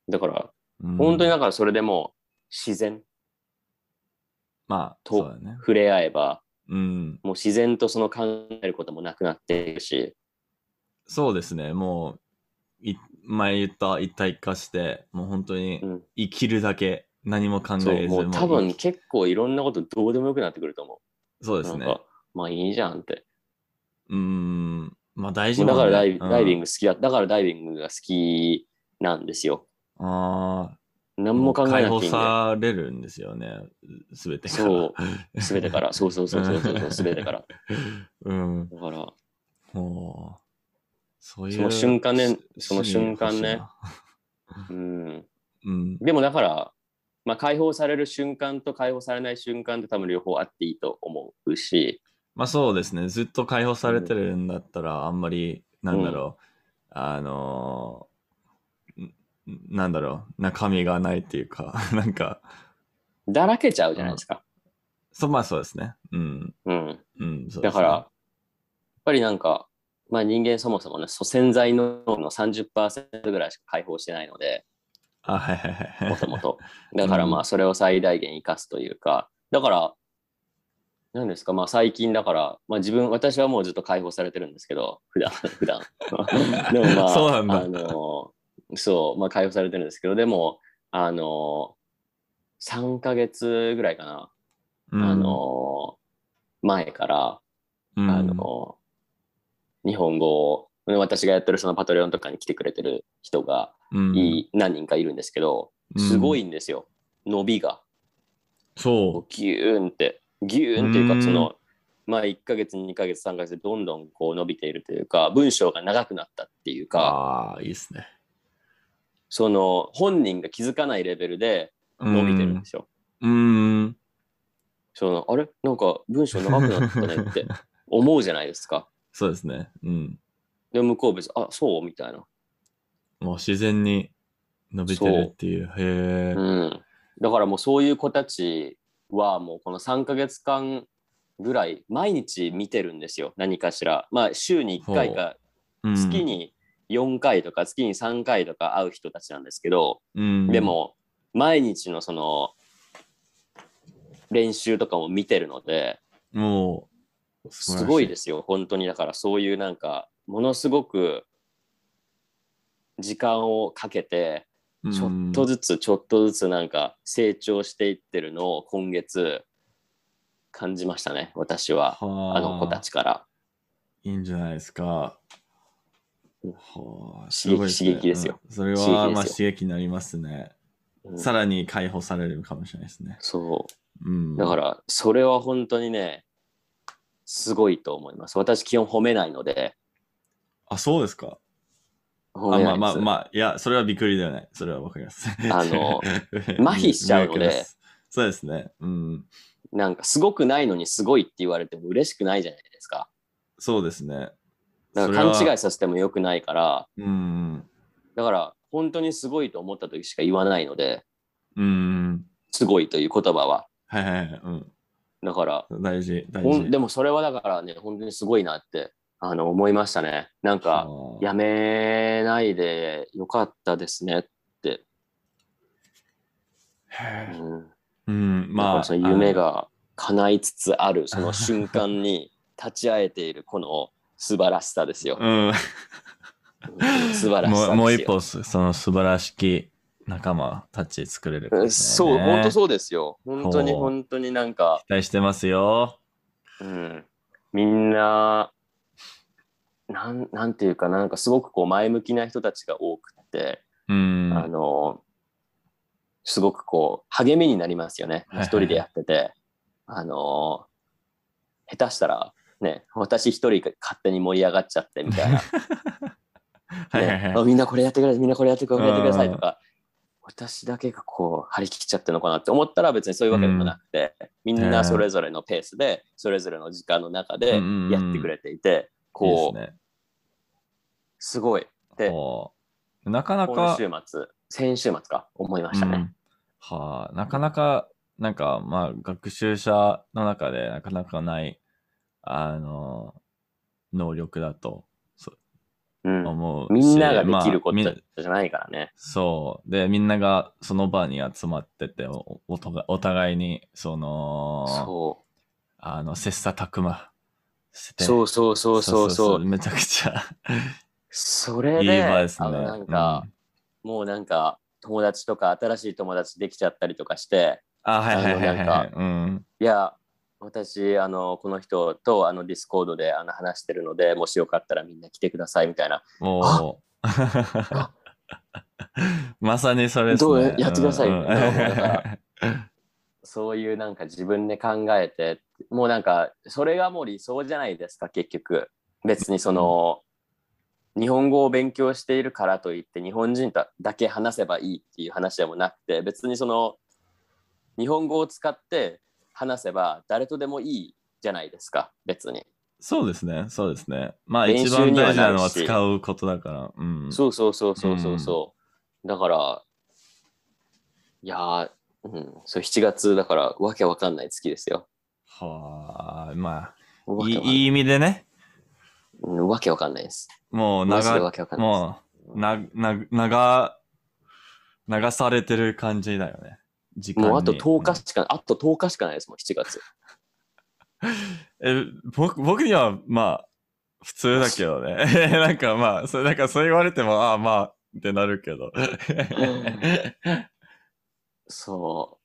だから、
うん
本当にだからそれでもう自然、
まあ、
と
そうだよね。
触れ合えば、
うん。
もう自然とその考えることもなくなっていくし、
そうですね。もう、い前言った一体化して、もう本当に
うん、
生きるだけ、何も考えず
そう、もう多
も
分結構いろんなことどうでもよくなってくると思う。
そうです
なん
ね
か。まあいいじゃんって。
うーん。まあ大事
だからダ
う
イ,、
ん
ダイビング好きだ。だからダイビングが好きなんですよ。
ああ。
何も考えなくていい
解
ん
放
だよ。
されるんですよね。すべてから。
そうすべてから。そうそうそうそうそう、すべてから。
うん。
だから、
もう、そういう。
その瞬間ね
し
その瞬間ね。うん。
趣味欲しいな
でもだから、まあ解放される瞬間と解放されない瞬間って多分両方あっていいと思うし、
まあそうですね。ずっと解放されてるんだったら、あんまり、なんだろう、あのーんなんだろう、中身がないっていうか、 なんか、
だらけちゃうじゃないですか。
そまあそうですね。うん。
うん。
うん、そうですね
だから、やっ、ぱりなんか、まあ人間そもそもね、そう潜在能力の30%ぐらいしか解放してないので、
あ、はいはいはい。
もともと。だから ま
う
あそれを最大限生かすというか、だから、何ですか、まあ最近だから、まあ自分、私はもうずっと解放されてるんですけど、普段 普段でもまあ、
そうなんだ
あの、そう、まあ解放されてるんですけど、でも、あの、3ヶ月ぐらいかな、
うん
あ、の、前から、
うん
あ、の、日本語を、私がやってるそのパトレオンとかに来てくれてる人が
うん
い、何人かいるんですけど、すごい。んですよ、伸びが。
そ
ギューンって、ギューンっていう
うー
か、
ん
その、まあ1ヶ月、2ヶ月、3ヶ月でどんどんこう伸びているというか、文章が長くなったっていう
う。
か、
ああ、いいですね。
その本人が気づかないレベルで伸びてるんですよ。
うん。うん。
その、あれなんか文章長くなったね って思うじゃないですか。
そうですね。うん。
で、向こう別に、あ、そうみたいな。
もう自然に伸びてるっていう。へえ。
うん。だからもうそういう子たちはもうこの3ヶ月間ぐらい毎日見てるんですよ何かしらまあ週に1回か
うん
月、に4回とか月に3回とか会う人たちなんですけど、
うん
で、も毎日のその練習とかも見てるので
もう、。
すごいですすよ本当にだからそういうなんかものすごく時間をかけて
うん
ちょっとずつちょっとずつなんか成長していってるのを今月感じましたね私は
は
あの子たちから
いいんじゃないですか。
うん
はあす
刺激
ごい
刺激ですよ。
うんそれは
刺激ですよ
まあ刺激になりますね。
うん
さらに解放されるかもしれないですね。
そう
うん、
だからそれは本当にねすごいと思います私基本褒めないので
あ、そうですか。あ
褒
ま
めな
あ
い
まあ
です
まあ、いや、それはびっくりではない。それはわかります。
あ の
うん
麻痺しちゃうので
わかりますそうですね。うん。
なんかすごくないのにすごいって言われても嬉しくないじゃないですか
そうですね。
だから
それ
勘違い
は
させてもよくないから
うん。
だから本当にすごいと思った時しか言わないので
うん。
すごいという言葉は
はいはいはい。
だから
うん。大事、大
ほ
事。
んでもそれはだからね本当にすごいなってあの思いましたねなんか
はあ
やめないでよかったですね、う
へえ
ん、
うん、
ま
ま
あ
あ。
その夢が叶いつつあるその瞬間に立ち会えているこの素晴らしさで すよ、
うん。
うん素晴らしさです
も
よ
うもう一歩そその素晴らしき仲間たち作れること
う
ね、
んそう本当
う
そうですよ本当に
ほう
本当になんか、
期待してますよ
うん、みんななんなんていうかなんかすごくこう前向きな人たちが多くって、
うん
あのすごくこう励みになりますよね
はいはい
一人でやっててあの下手したらね私一人が勝手に盛り上がっちゃってみたい な、
はいはい
ね
は
あ
い
みんなこれやってくださいみんなこれやってくださいこれやってください
うん
とか私だけがこう張り切っちゃってるのかなって思ったら別にそういうわけでもなくて、みんなそれぞれのペースでそれぞれの時間の中でやってくれていて、こう
いいです
ごい
すね
で
こうなかな
今
か、
週末先週末か思いました
う
ね、
んはあなかなかなんかまあ学習者の中でなかなかないあの能力だと
うん
思うし
みんなができるこ
まあみん
とじゃないからね。
そう。で、みんながその場に集まってて、おお互いお互いに、その、
そ
あの、切磋琢磨して。
うそうそうそうそうそう。
めちゃくちゃ
それ
いい
で、
場ですね。
あのなんか
う、ん
もうなんか友達とか新しい友達できちゃったりとかして、
あ、はいはいはいは
あ
い
のな
はい。うん。
いや、私、あの、この人とあのディスコードであの話してるので、もしよかったらみんな来てくださいみたいな。
もう。 まさにそれですね。
どうやってください
うんうん
だからそういうなんか自分で考えて、もうなんか、それがもう理想じゃないですか、結局。別にその、日本語を勉強しているからといって、日本人とだけ話せばいいっていう話でもなくて、別にその、日本語を使って話せば誰とでもいいじゃないですか、別に。
そうですね。そうですね。まあ、
練
一
習
番
にはな
大
るし
事なのは使うことだから。うん。
そうそうそうそうそうそう。だから、いやー、うん、そう7月だからわけわかんない月ですよ。
はあ、ま
わ
あ、
け
いい
わかんない
いい意味でね。
うんわけわかんないです。
もう
マジで
長
わけわかんないです。
もう、な、な、長、流されてる感じだよね。時間に
もうあと10日しか、あと10日しかないですもん、7月。
え、僕、僕には、まあ、普通だけどね。 なんかまあ、それ、なんかそう言われても、ああ、まあ、ってなるけど。
そ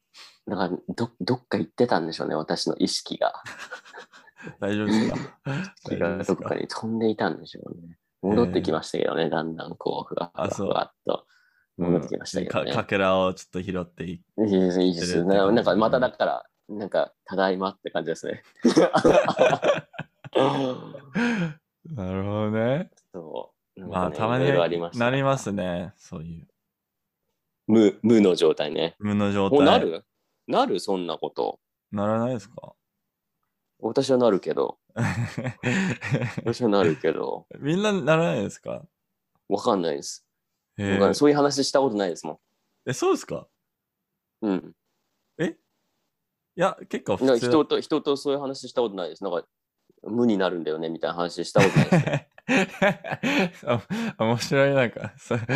う。だからど、どっか行ってたんでしょうね、私の意識が。
大丈夫ですか
気
大丈夫
が
で
ど
す
っかに飛んでいたんでしょうね。戻ってきましたけどね、だんだんこう、ふわふわ
あ
ふ
そう
わっと戻ってきましたけど
うん
ね。
かかけらをちょっと拾ってい
いいです、いいで
出る
す。
って感じ
ななんかまただから、なんか、ただいまって感じで すね。
なるほどね。
そう。なん
ま
か
あ、
ね
たまに
いろいろありました
なりますね。そういう。
無無の状態ね。
無の状態。
もうなるなるそんなこと。
ならないですか
私はなるけど、私はなるけど、
みんなならないですか
わかんないです。
へ
わか
え
んないそういう話したことないですも
え、そうですか
ん。うん。
や、結構
なん
普
か人
通。
と人とそういう話したことないです。なんか無になるんだよねみたいな話したことない です。
あ 面白い、なんか、そなん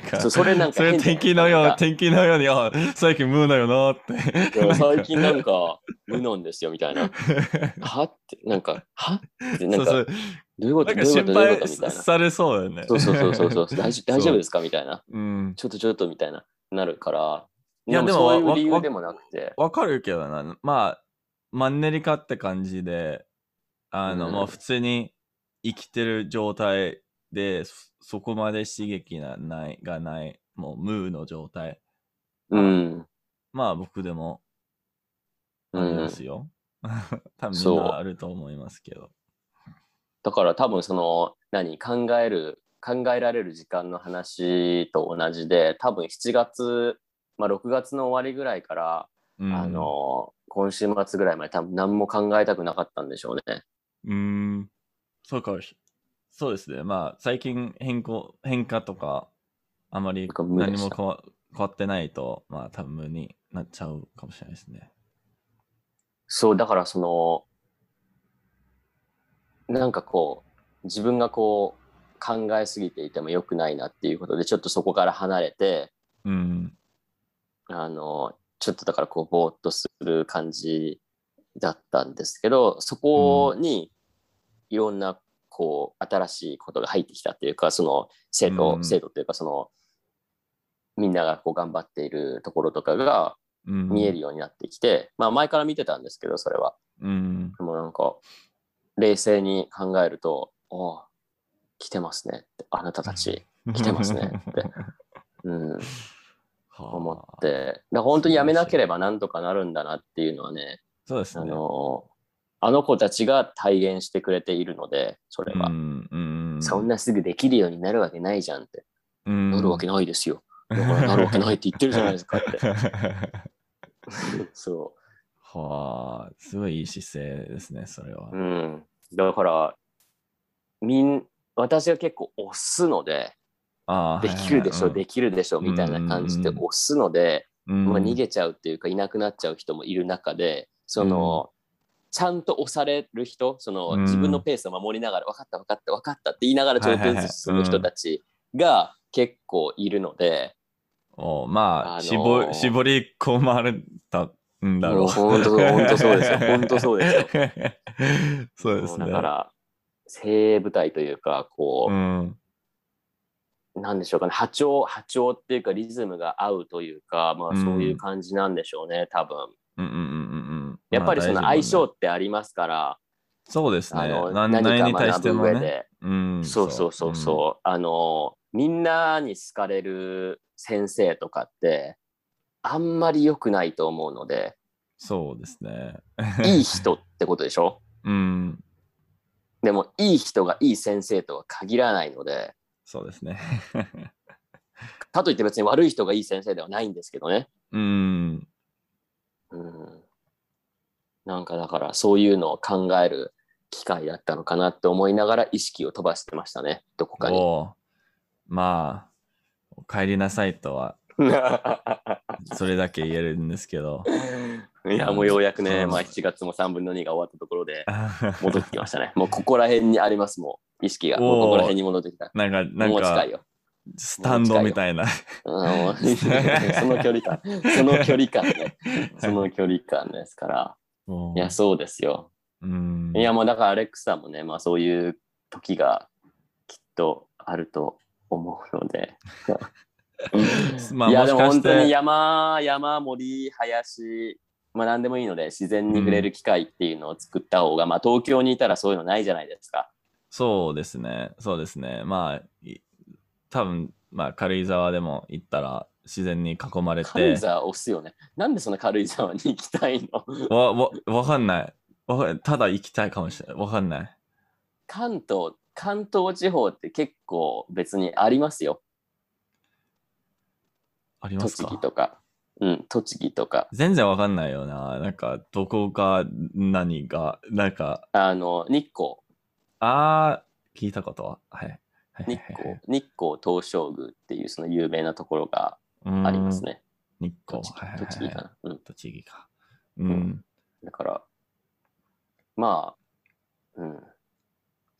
か
そうそれなんか
それ
変じゃない
敵のようんに、
なか
敵のように、あ最近ムーだよなっ
い
て。
や最近なんか無なんですよみた いな。はってなんかはってなん
そう
か
そう
どういうこ
な
と
ん
ど
か
う
心
いうことどういうこ
配
とみたいな。
されそうだよね。
そうそうそうそう そう大丈大丈夫ですかみたいな。
うん。
ちょっとちょっとみたいななるから。
いや
でも
でも
そういう
わ
理
わ
由でもなくて。
わかるけどな。まあ、マンネリ化って感じで、あの、
うん
まあ普通に生きてる状態で、そそこまで刺激がない、がない、もう無の状態。
うん。
まあ僕でも
う
ありま
ん、
すよ。 多分み
そ
ん
う
なあると思いますけど。
だから多分その何考える考えられる時間の話と同じで多分7月、まあ、6月の終わりぐらいから、
うん
あ、の今週末ぐらいまで多分何も考えたくなかったんでしょうね。
うん、そうかもしそうですね。まあ最近変更、変化とか、あまり
なんか無
何
でし
も
た
変わ変わってないと、まあ多分無になっちゃうかもしれないですね。
そうだからそのなんかこう自分がこう考えすぎていても良くないなっていうことでちょっとそこから離れて
うん。
あのちょっとだからこうぼーっとする感じだったんですけどそこにいろんなこう新しいことが入ってきたっていうかその生徒、
うん
生徒っていうかそのみんながこう頑張っているところとかが
うん
見えるようになってきて、まあ前から見てたんですけどそれは
うん。
でもなんか、冷静に考えると、おあ来てますねって、あなたたち、来てますねってうん、
はあ
思って、だから本当にやめなければなんとかなるんだなっていうのはね、
そうです
あ
ね。
の、あの子たちが体現してくれているので、それは。
うんうん、
そんなすぐできるようになるわけないじゃんって。
うん、
なるわけないで すよ。だからなるわけないって言ってるじゃないですかって。そ
はあ、すごいいい姿勢ですね、それは
う。う。ん。だから、みん、私が結構押すので、
ああ
できるでしょ、
き
できるでしょみたいな感じで
うん
押すので、
る。
まあ、逃げちゃうっていうかいなくなっちゃう人もいる中でその、ちゃんと押される人その、
うん
自分のペースを守りながら分かった分かった分かったって言いながらちょっとずつ進む
はいはいはいうん
人たちが結構いるので、
おまあ、
あのー
絞絞り込まれたんだろう。
もうほんとそうほんとそう ですよほんとそうですよ。
そうですね。
だから精鋭部隊というかこ
う
う、
ん、
なんでしょうかね波長波長っていうかリズムが合うというか、まあ、そういう感じなんでしょうね、多分。
うんうんうんうんうん。
やっぱりその
まあ大事も
相性
ね
ってありますから、
そうです
あ
ね。
の
何
何
何に
か
対し
学
て
ぶ
も
上
ね。
で、
うん、
そうそうそうそう、あのみんなに好かれる先生とかってあんまり良くないと思うの で
そうですね。
いい人ってことでしょ
うん、
でもいい人がいい先生とは限らないので
そうですね。
かといって別に悪い人がいい先生ではないんですけどね、
うん、
うん、なんかだからそういうのを考える機会だったのかなって思いながら意識を飛ばしてましたねどこかに。
おうまあ、お帰りなさいとは、それだけ言えるんですけど。
いや、もうようやくね、
うん
まあ、7月も3分の2が終わったところで戻ってきましたね。もうここら辺にあります、もう意識が。
おー
もうここら辺に戻ってきた。
なんか、なん
もう近
か
い、よ。
スタンドみたいな。
うんもうその距離 感、その距離感ね。その距離感ですから。
もう
いや、そうですよ。
うん
いや、もうだからアレックスさんもね、まあそういう時がきっとあると思うので。
まあ
いや、
もし
でも
かし
本
て
当に山、山、森、林、まあ何でもいいので、自然に触れる機会っていうのを作った方が、まあ東京にいたらそういうのないじゃないですか。
そうですね、そうですね。まあ、い多分まあ、軽井沢でも行ったら自然に囲まれ
軽
て
井。沢押すよね。なんでそんな軽井沢に行きたいの
わ、わ、わかんない。わかんただ行きたいかもしれない。わかんない。
関東、関東地方って結構別にありますよ。
ありま
栃
す
木
か
とか。うん、栃木とか。
全然わかんないよな。なんか、どこが、何が、なんか、
あの、日光、
あー、聞いたことは。はい。はい
日光、日光東照宮っていうその有名なところが
うん
ありますね。
日光。
栃木
はいはいはい
栃木かな。うん
栃木か。うん。
だから、まあ、うん。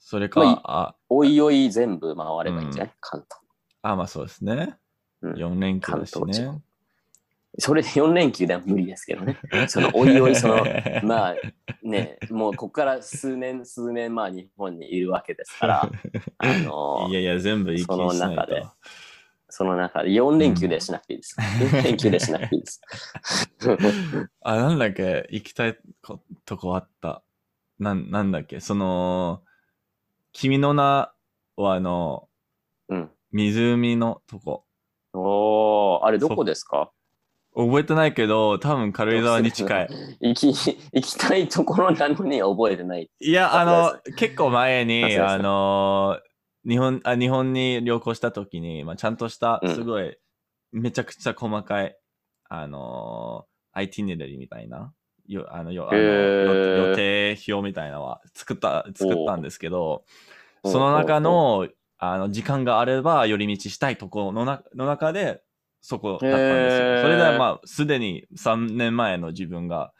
それか、
ま
あ、
おいおい全部回ればいいんじゃない、関東。
あ、まあそうですね。
うん
4連休だし
関東地
ね
方。それで4連休では無理です けどね。そのおいおいそのまあね、もうここから数年、数年、まあ日本にいるわけです から、あの
いやいや、全部一気にしないと。
その中で4連休でしなくていいです。4連 休でしなくていいです。
あ、なんだっけ、行きたいことこあった。なん、なんだっけ、その、君の名はあの、
うん、
湖のとこ。
おー、あれどこですか
覚えてないけど、多分軽井沢に近い。
行き行きたいところなのに覚えてない。
いや、あ
忘
の、結構前
忘れ
に、
てた
あの、日本、あ、日本に旅行した時に、まあ、ちゃんとした
う、ん
すごい、めちゃくちゃ細かい、あの、アイティネラリーみたいな、よ、あの、よ、あの
へー
よ予定表みたいなのは作った、作ったんですけど、
おう
その中の、あの、時間があれば、寄り道したいところのな、の中で、そこだったんです
へ
よ。
ー
それで、まあ、すでに3年前の自分が、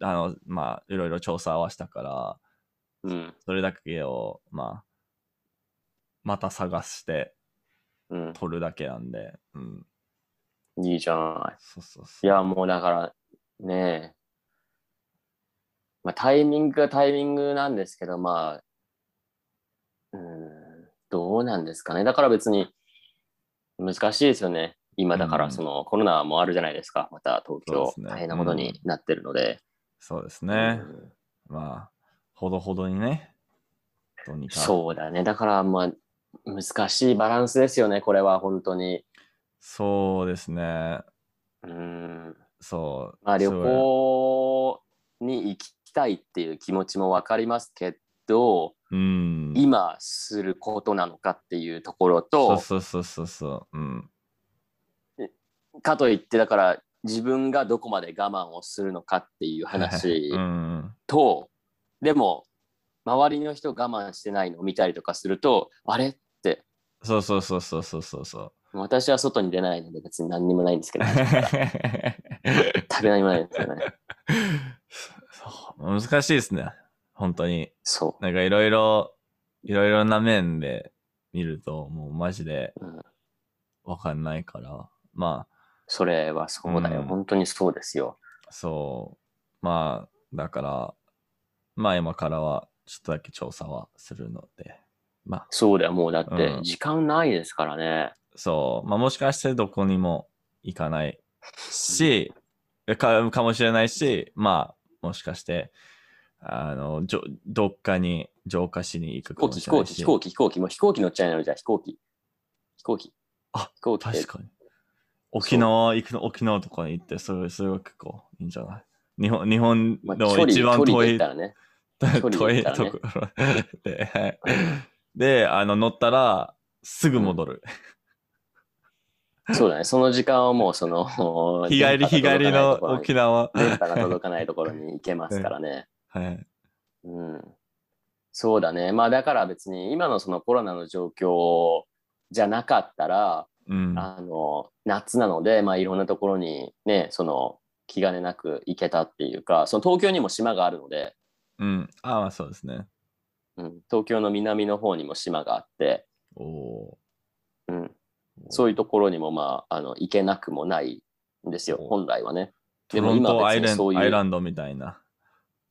あの、まあ、いろいろ調査はしたから、
うん、
それだけを、まあ、また探して
うん、
撮るだけなんで、うん。
いいじゃない。
そうそうそう。
いや、もうだから、ねえ。まあ、タイミングがタイミングなんですけど、まあ、うーん、どうなんですかね。だから別に、難しいですよね。今だか
うん
ら、その、コロナもあるじゃないですか。また東
そうで
京
す、ね
大変なことになってるので。
そうですね
う。ん
まあ、ほどほどにね。どうにか。う。
そうだね。だから、まあ、難しいバランスですよね。これは、本当に。
そうですね。
うーん。
そう。
まあ、旅
すごい。
行に行きたいっていう気持ちもわかりますけど、
うん。
今することなのかっていうところ
そう
と
そうそうそうそう。うん。
かといってだから自分がどこまで我慢をするのかっていう話
うん。
と、でも周りの人我慢してないのを見たりとかするとあれって
そうそうそうそうそうそうそう。
私は外に出ないので別に何にもないんですけど 食べ何もないんですよね
そう難しいですね。本当に。
そ
なんかいろいろ、いろいろな面で見ると、もうマジで
う、うん、
わかんないから、ま
それはそうだよ、
うん
本当にそうですよ
あ、そう、まあ、だから、まあ今からは、ちょっとだけ調査はするので、まあ、
そうだよもうだって
うん
時間ないですからね、
そう、まあもしかしてどこにも行かないし、かかもしれないし、まあ、もしかして、あの、じょどっかに浄化しに行く
飛
か
行
も
機
し
飛
れな
行
い
機
し。
飛行機飛行機もう飛行機乗っちゃいなのじゃあ飛行機飛行機
あ
飛行機って
確かに。沖縄行くの、沖縄とかに行って、それ、それは結構いいんじゃない日本、日本
まあ、距離
の一番
距離
遠
で言
い、
ったらね。距 離で
遠
言
い
ったら
と
ね
ころで、 はいで、あの、乗ったら、すぐ戻る。、
そうだね。その時間はもうその
日帰り、日帰りの
沖
沖縄。
電波が届かないところに行けますか らね。
はい。
うん。そうだね。まあだから別に今のそのコロナの状況じゃなかったら、
うん。
あの、夏なので、まあいろんなところにね、その気兼ねなく行けたっていうか、その東京にも島があるので、
うん。あまあ、そうですね。
うん、東京の南の方にも島があって、
おお
うん、そういう
と
ところにもまあ、あの、行けなくもないんですよ、本来はね。
ト
で
ロ
も
ン
今
ト
は
アイ
別に
ラン
そういう
アイランドみたいな。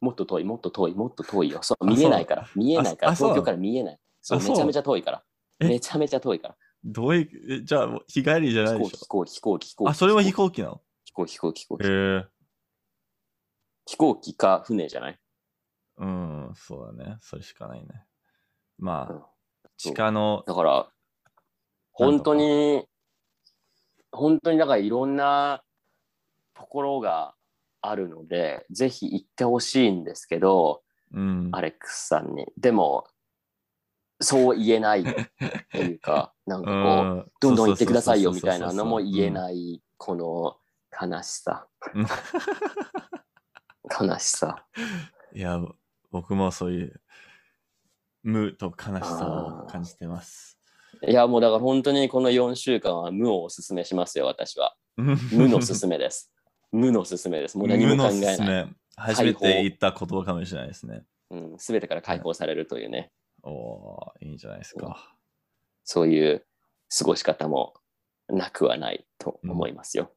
もっと遠い、もっと遠い、もっと遠いよ。そう
あ
見えないから、見えないから、
あそう
東京から見えない。そう、
あそう
めちゃめちゃ遠いから。
え
めちゃめちゃ遠いから。
どういう、えじゃあ、日帰りじゃな
飛
いで
行
し
機、飛行機、飛行機、飛行
ょ。
機。
あ、それは飛行機なの
飛行機、飛行機、飛行
へ
機
え。
飛行機か船じゃない
うん、そうだね。それしかないね。まあ、
うん
地下の、
だから、
なん
本
とか
当に、本当にだからいろんなところがあるので、ぜひ行ってほしいんですけど、
うん。
アレックスさんに。でも、そう言えないってい うか、なんかこ
う
う、
ん
どんどん行ってくださいよみたいなのも言え
い。
ない、この悲しさ。
うん
悲しさ。
いや、僕もそういう、無と悲しさを感じてます。
いや、もうだから本当にこの4週間は無をおすすめしますよ、私は。無のすすめです。 無のすすめです。もう何
無
も考
のす
え
す
ない。
め。初めて言った言葉かもしれないですね。
うん、全てから解放されるというね、
おおーいいんじゃないですか。
そういう過ごし方もなくはないと思いますよ。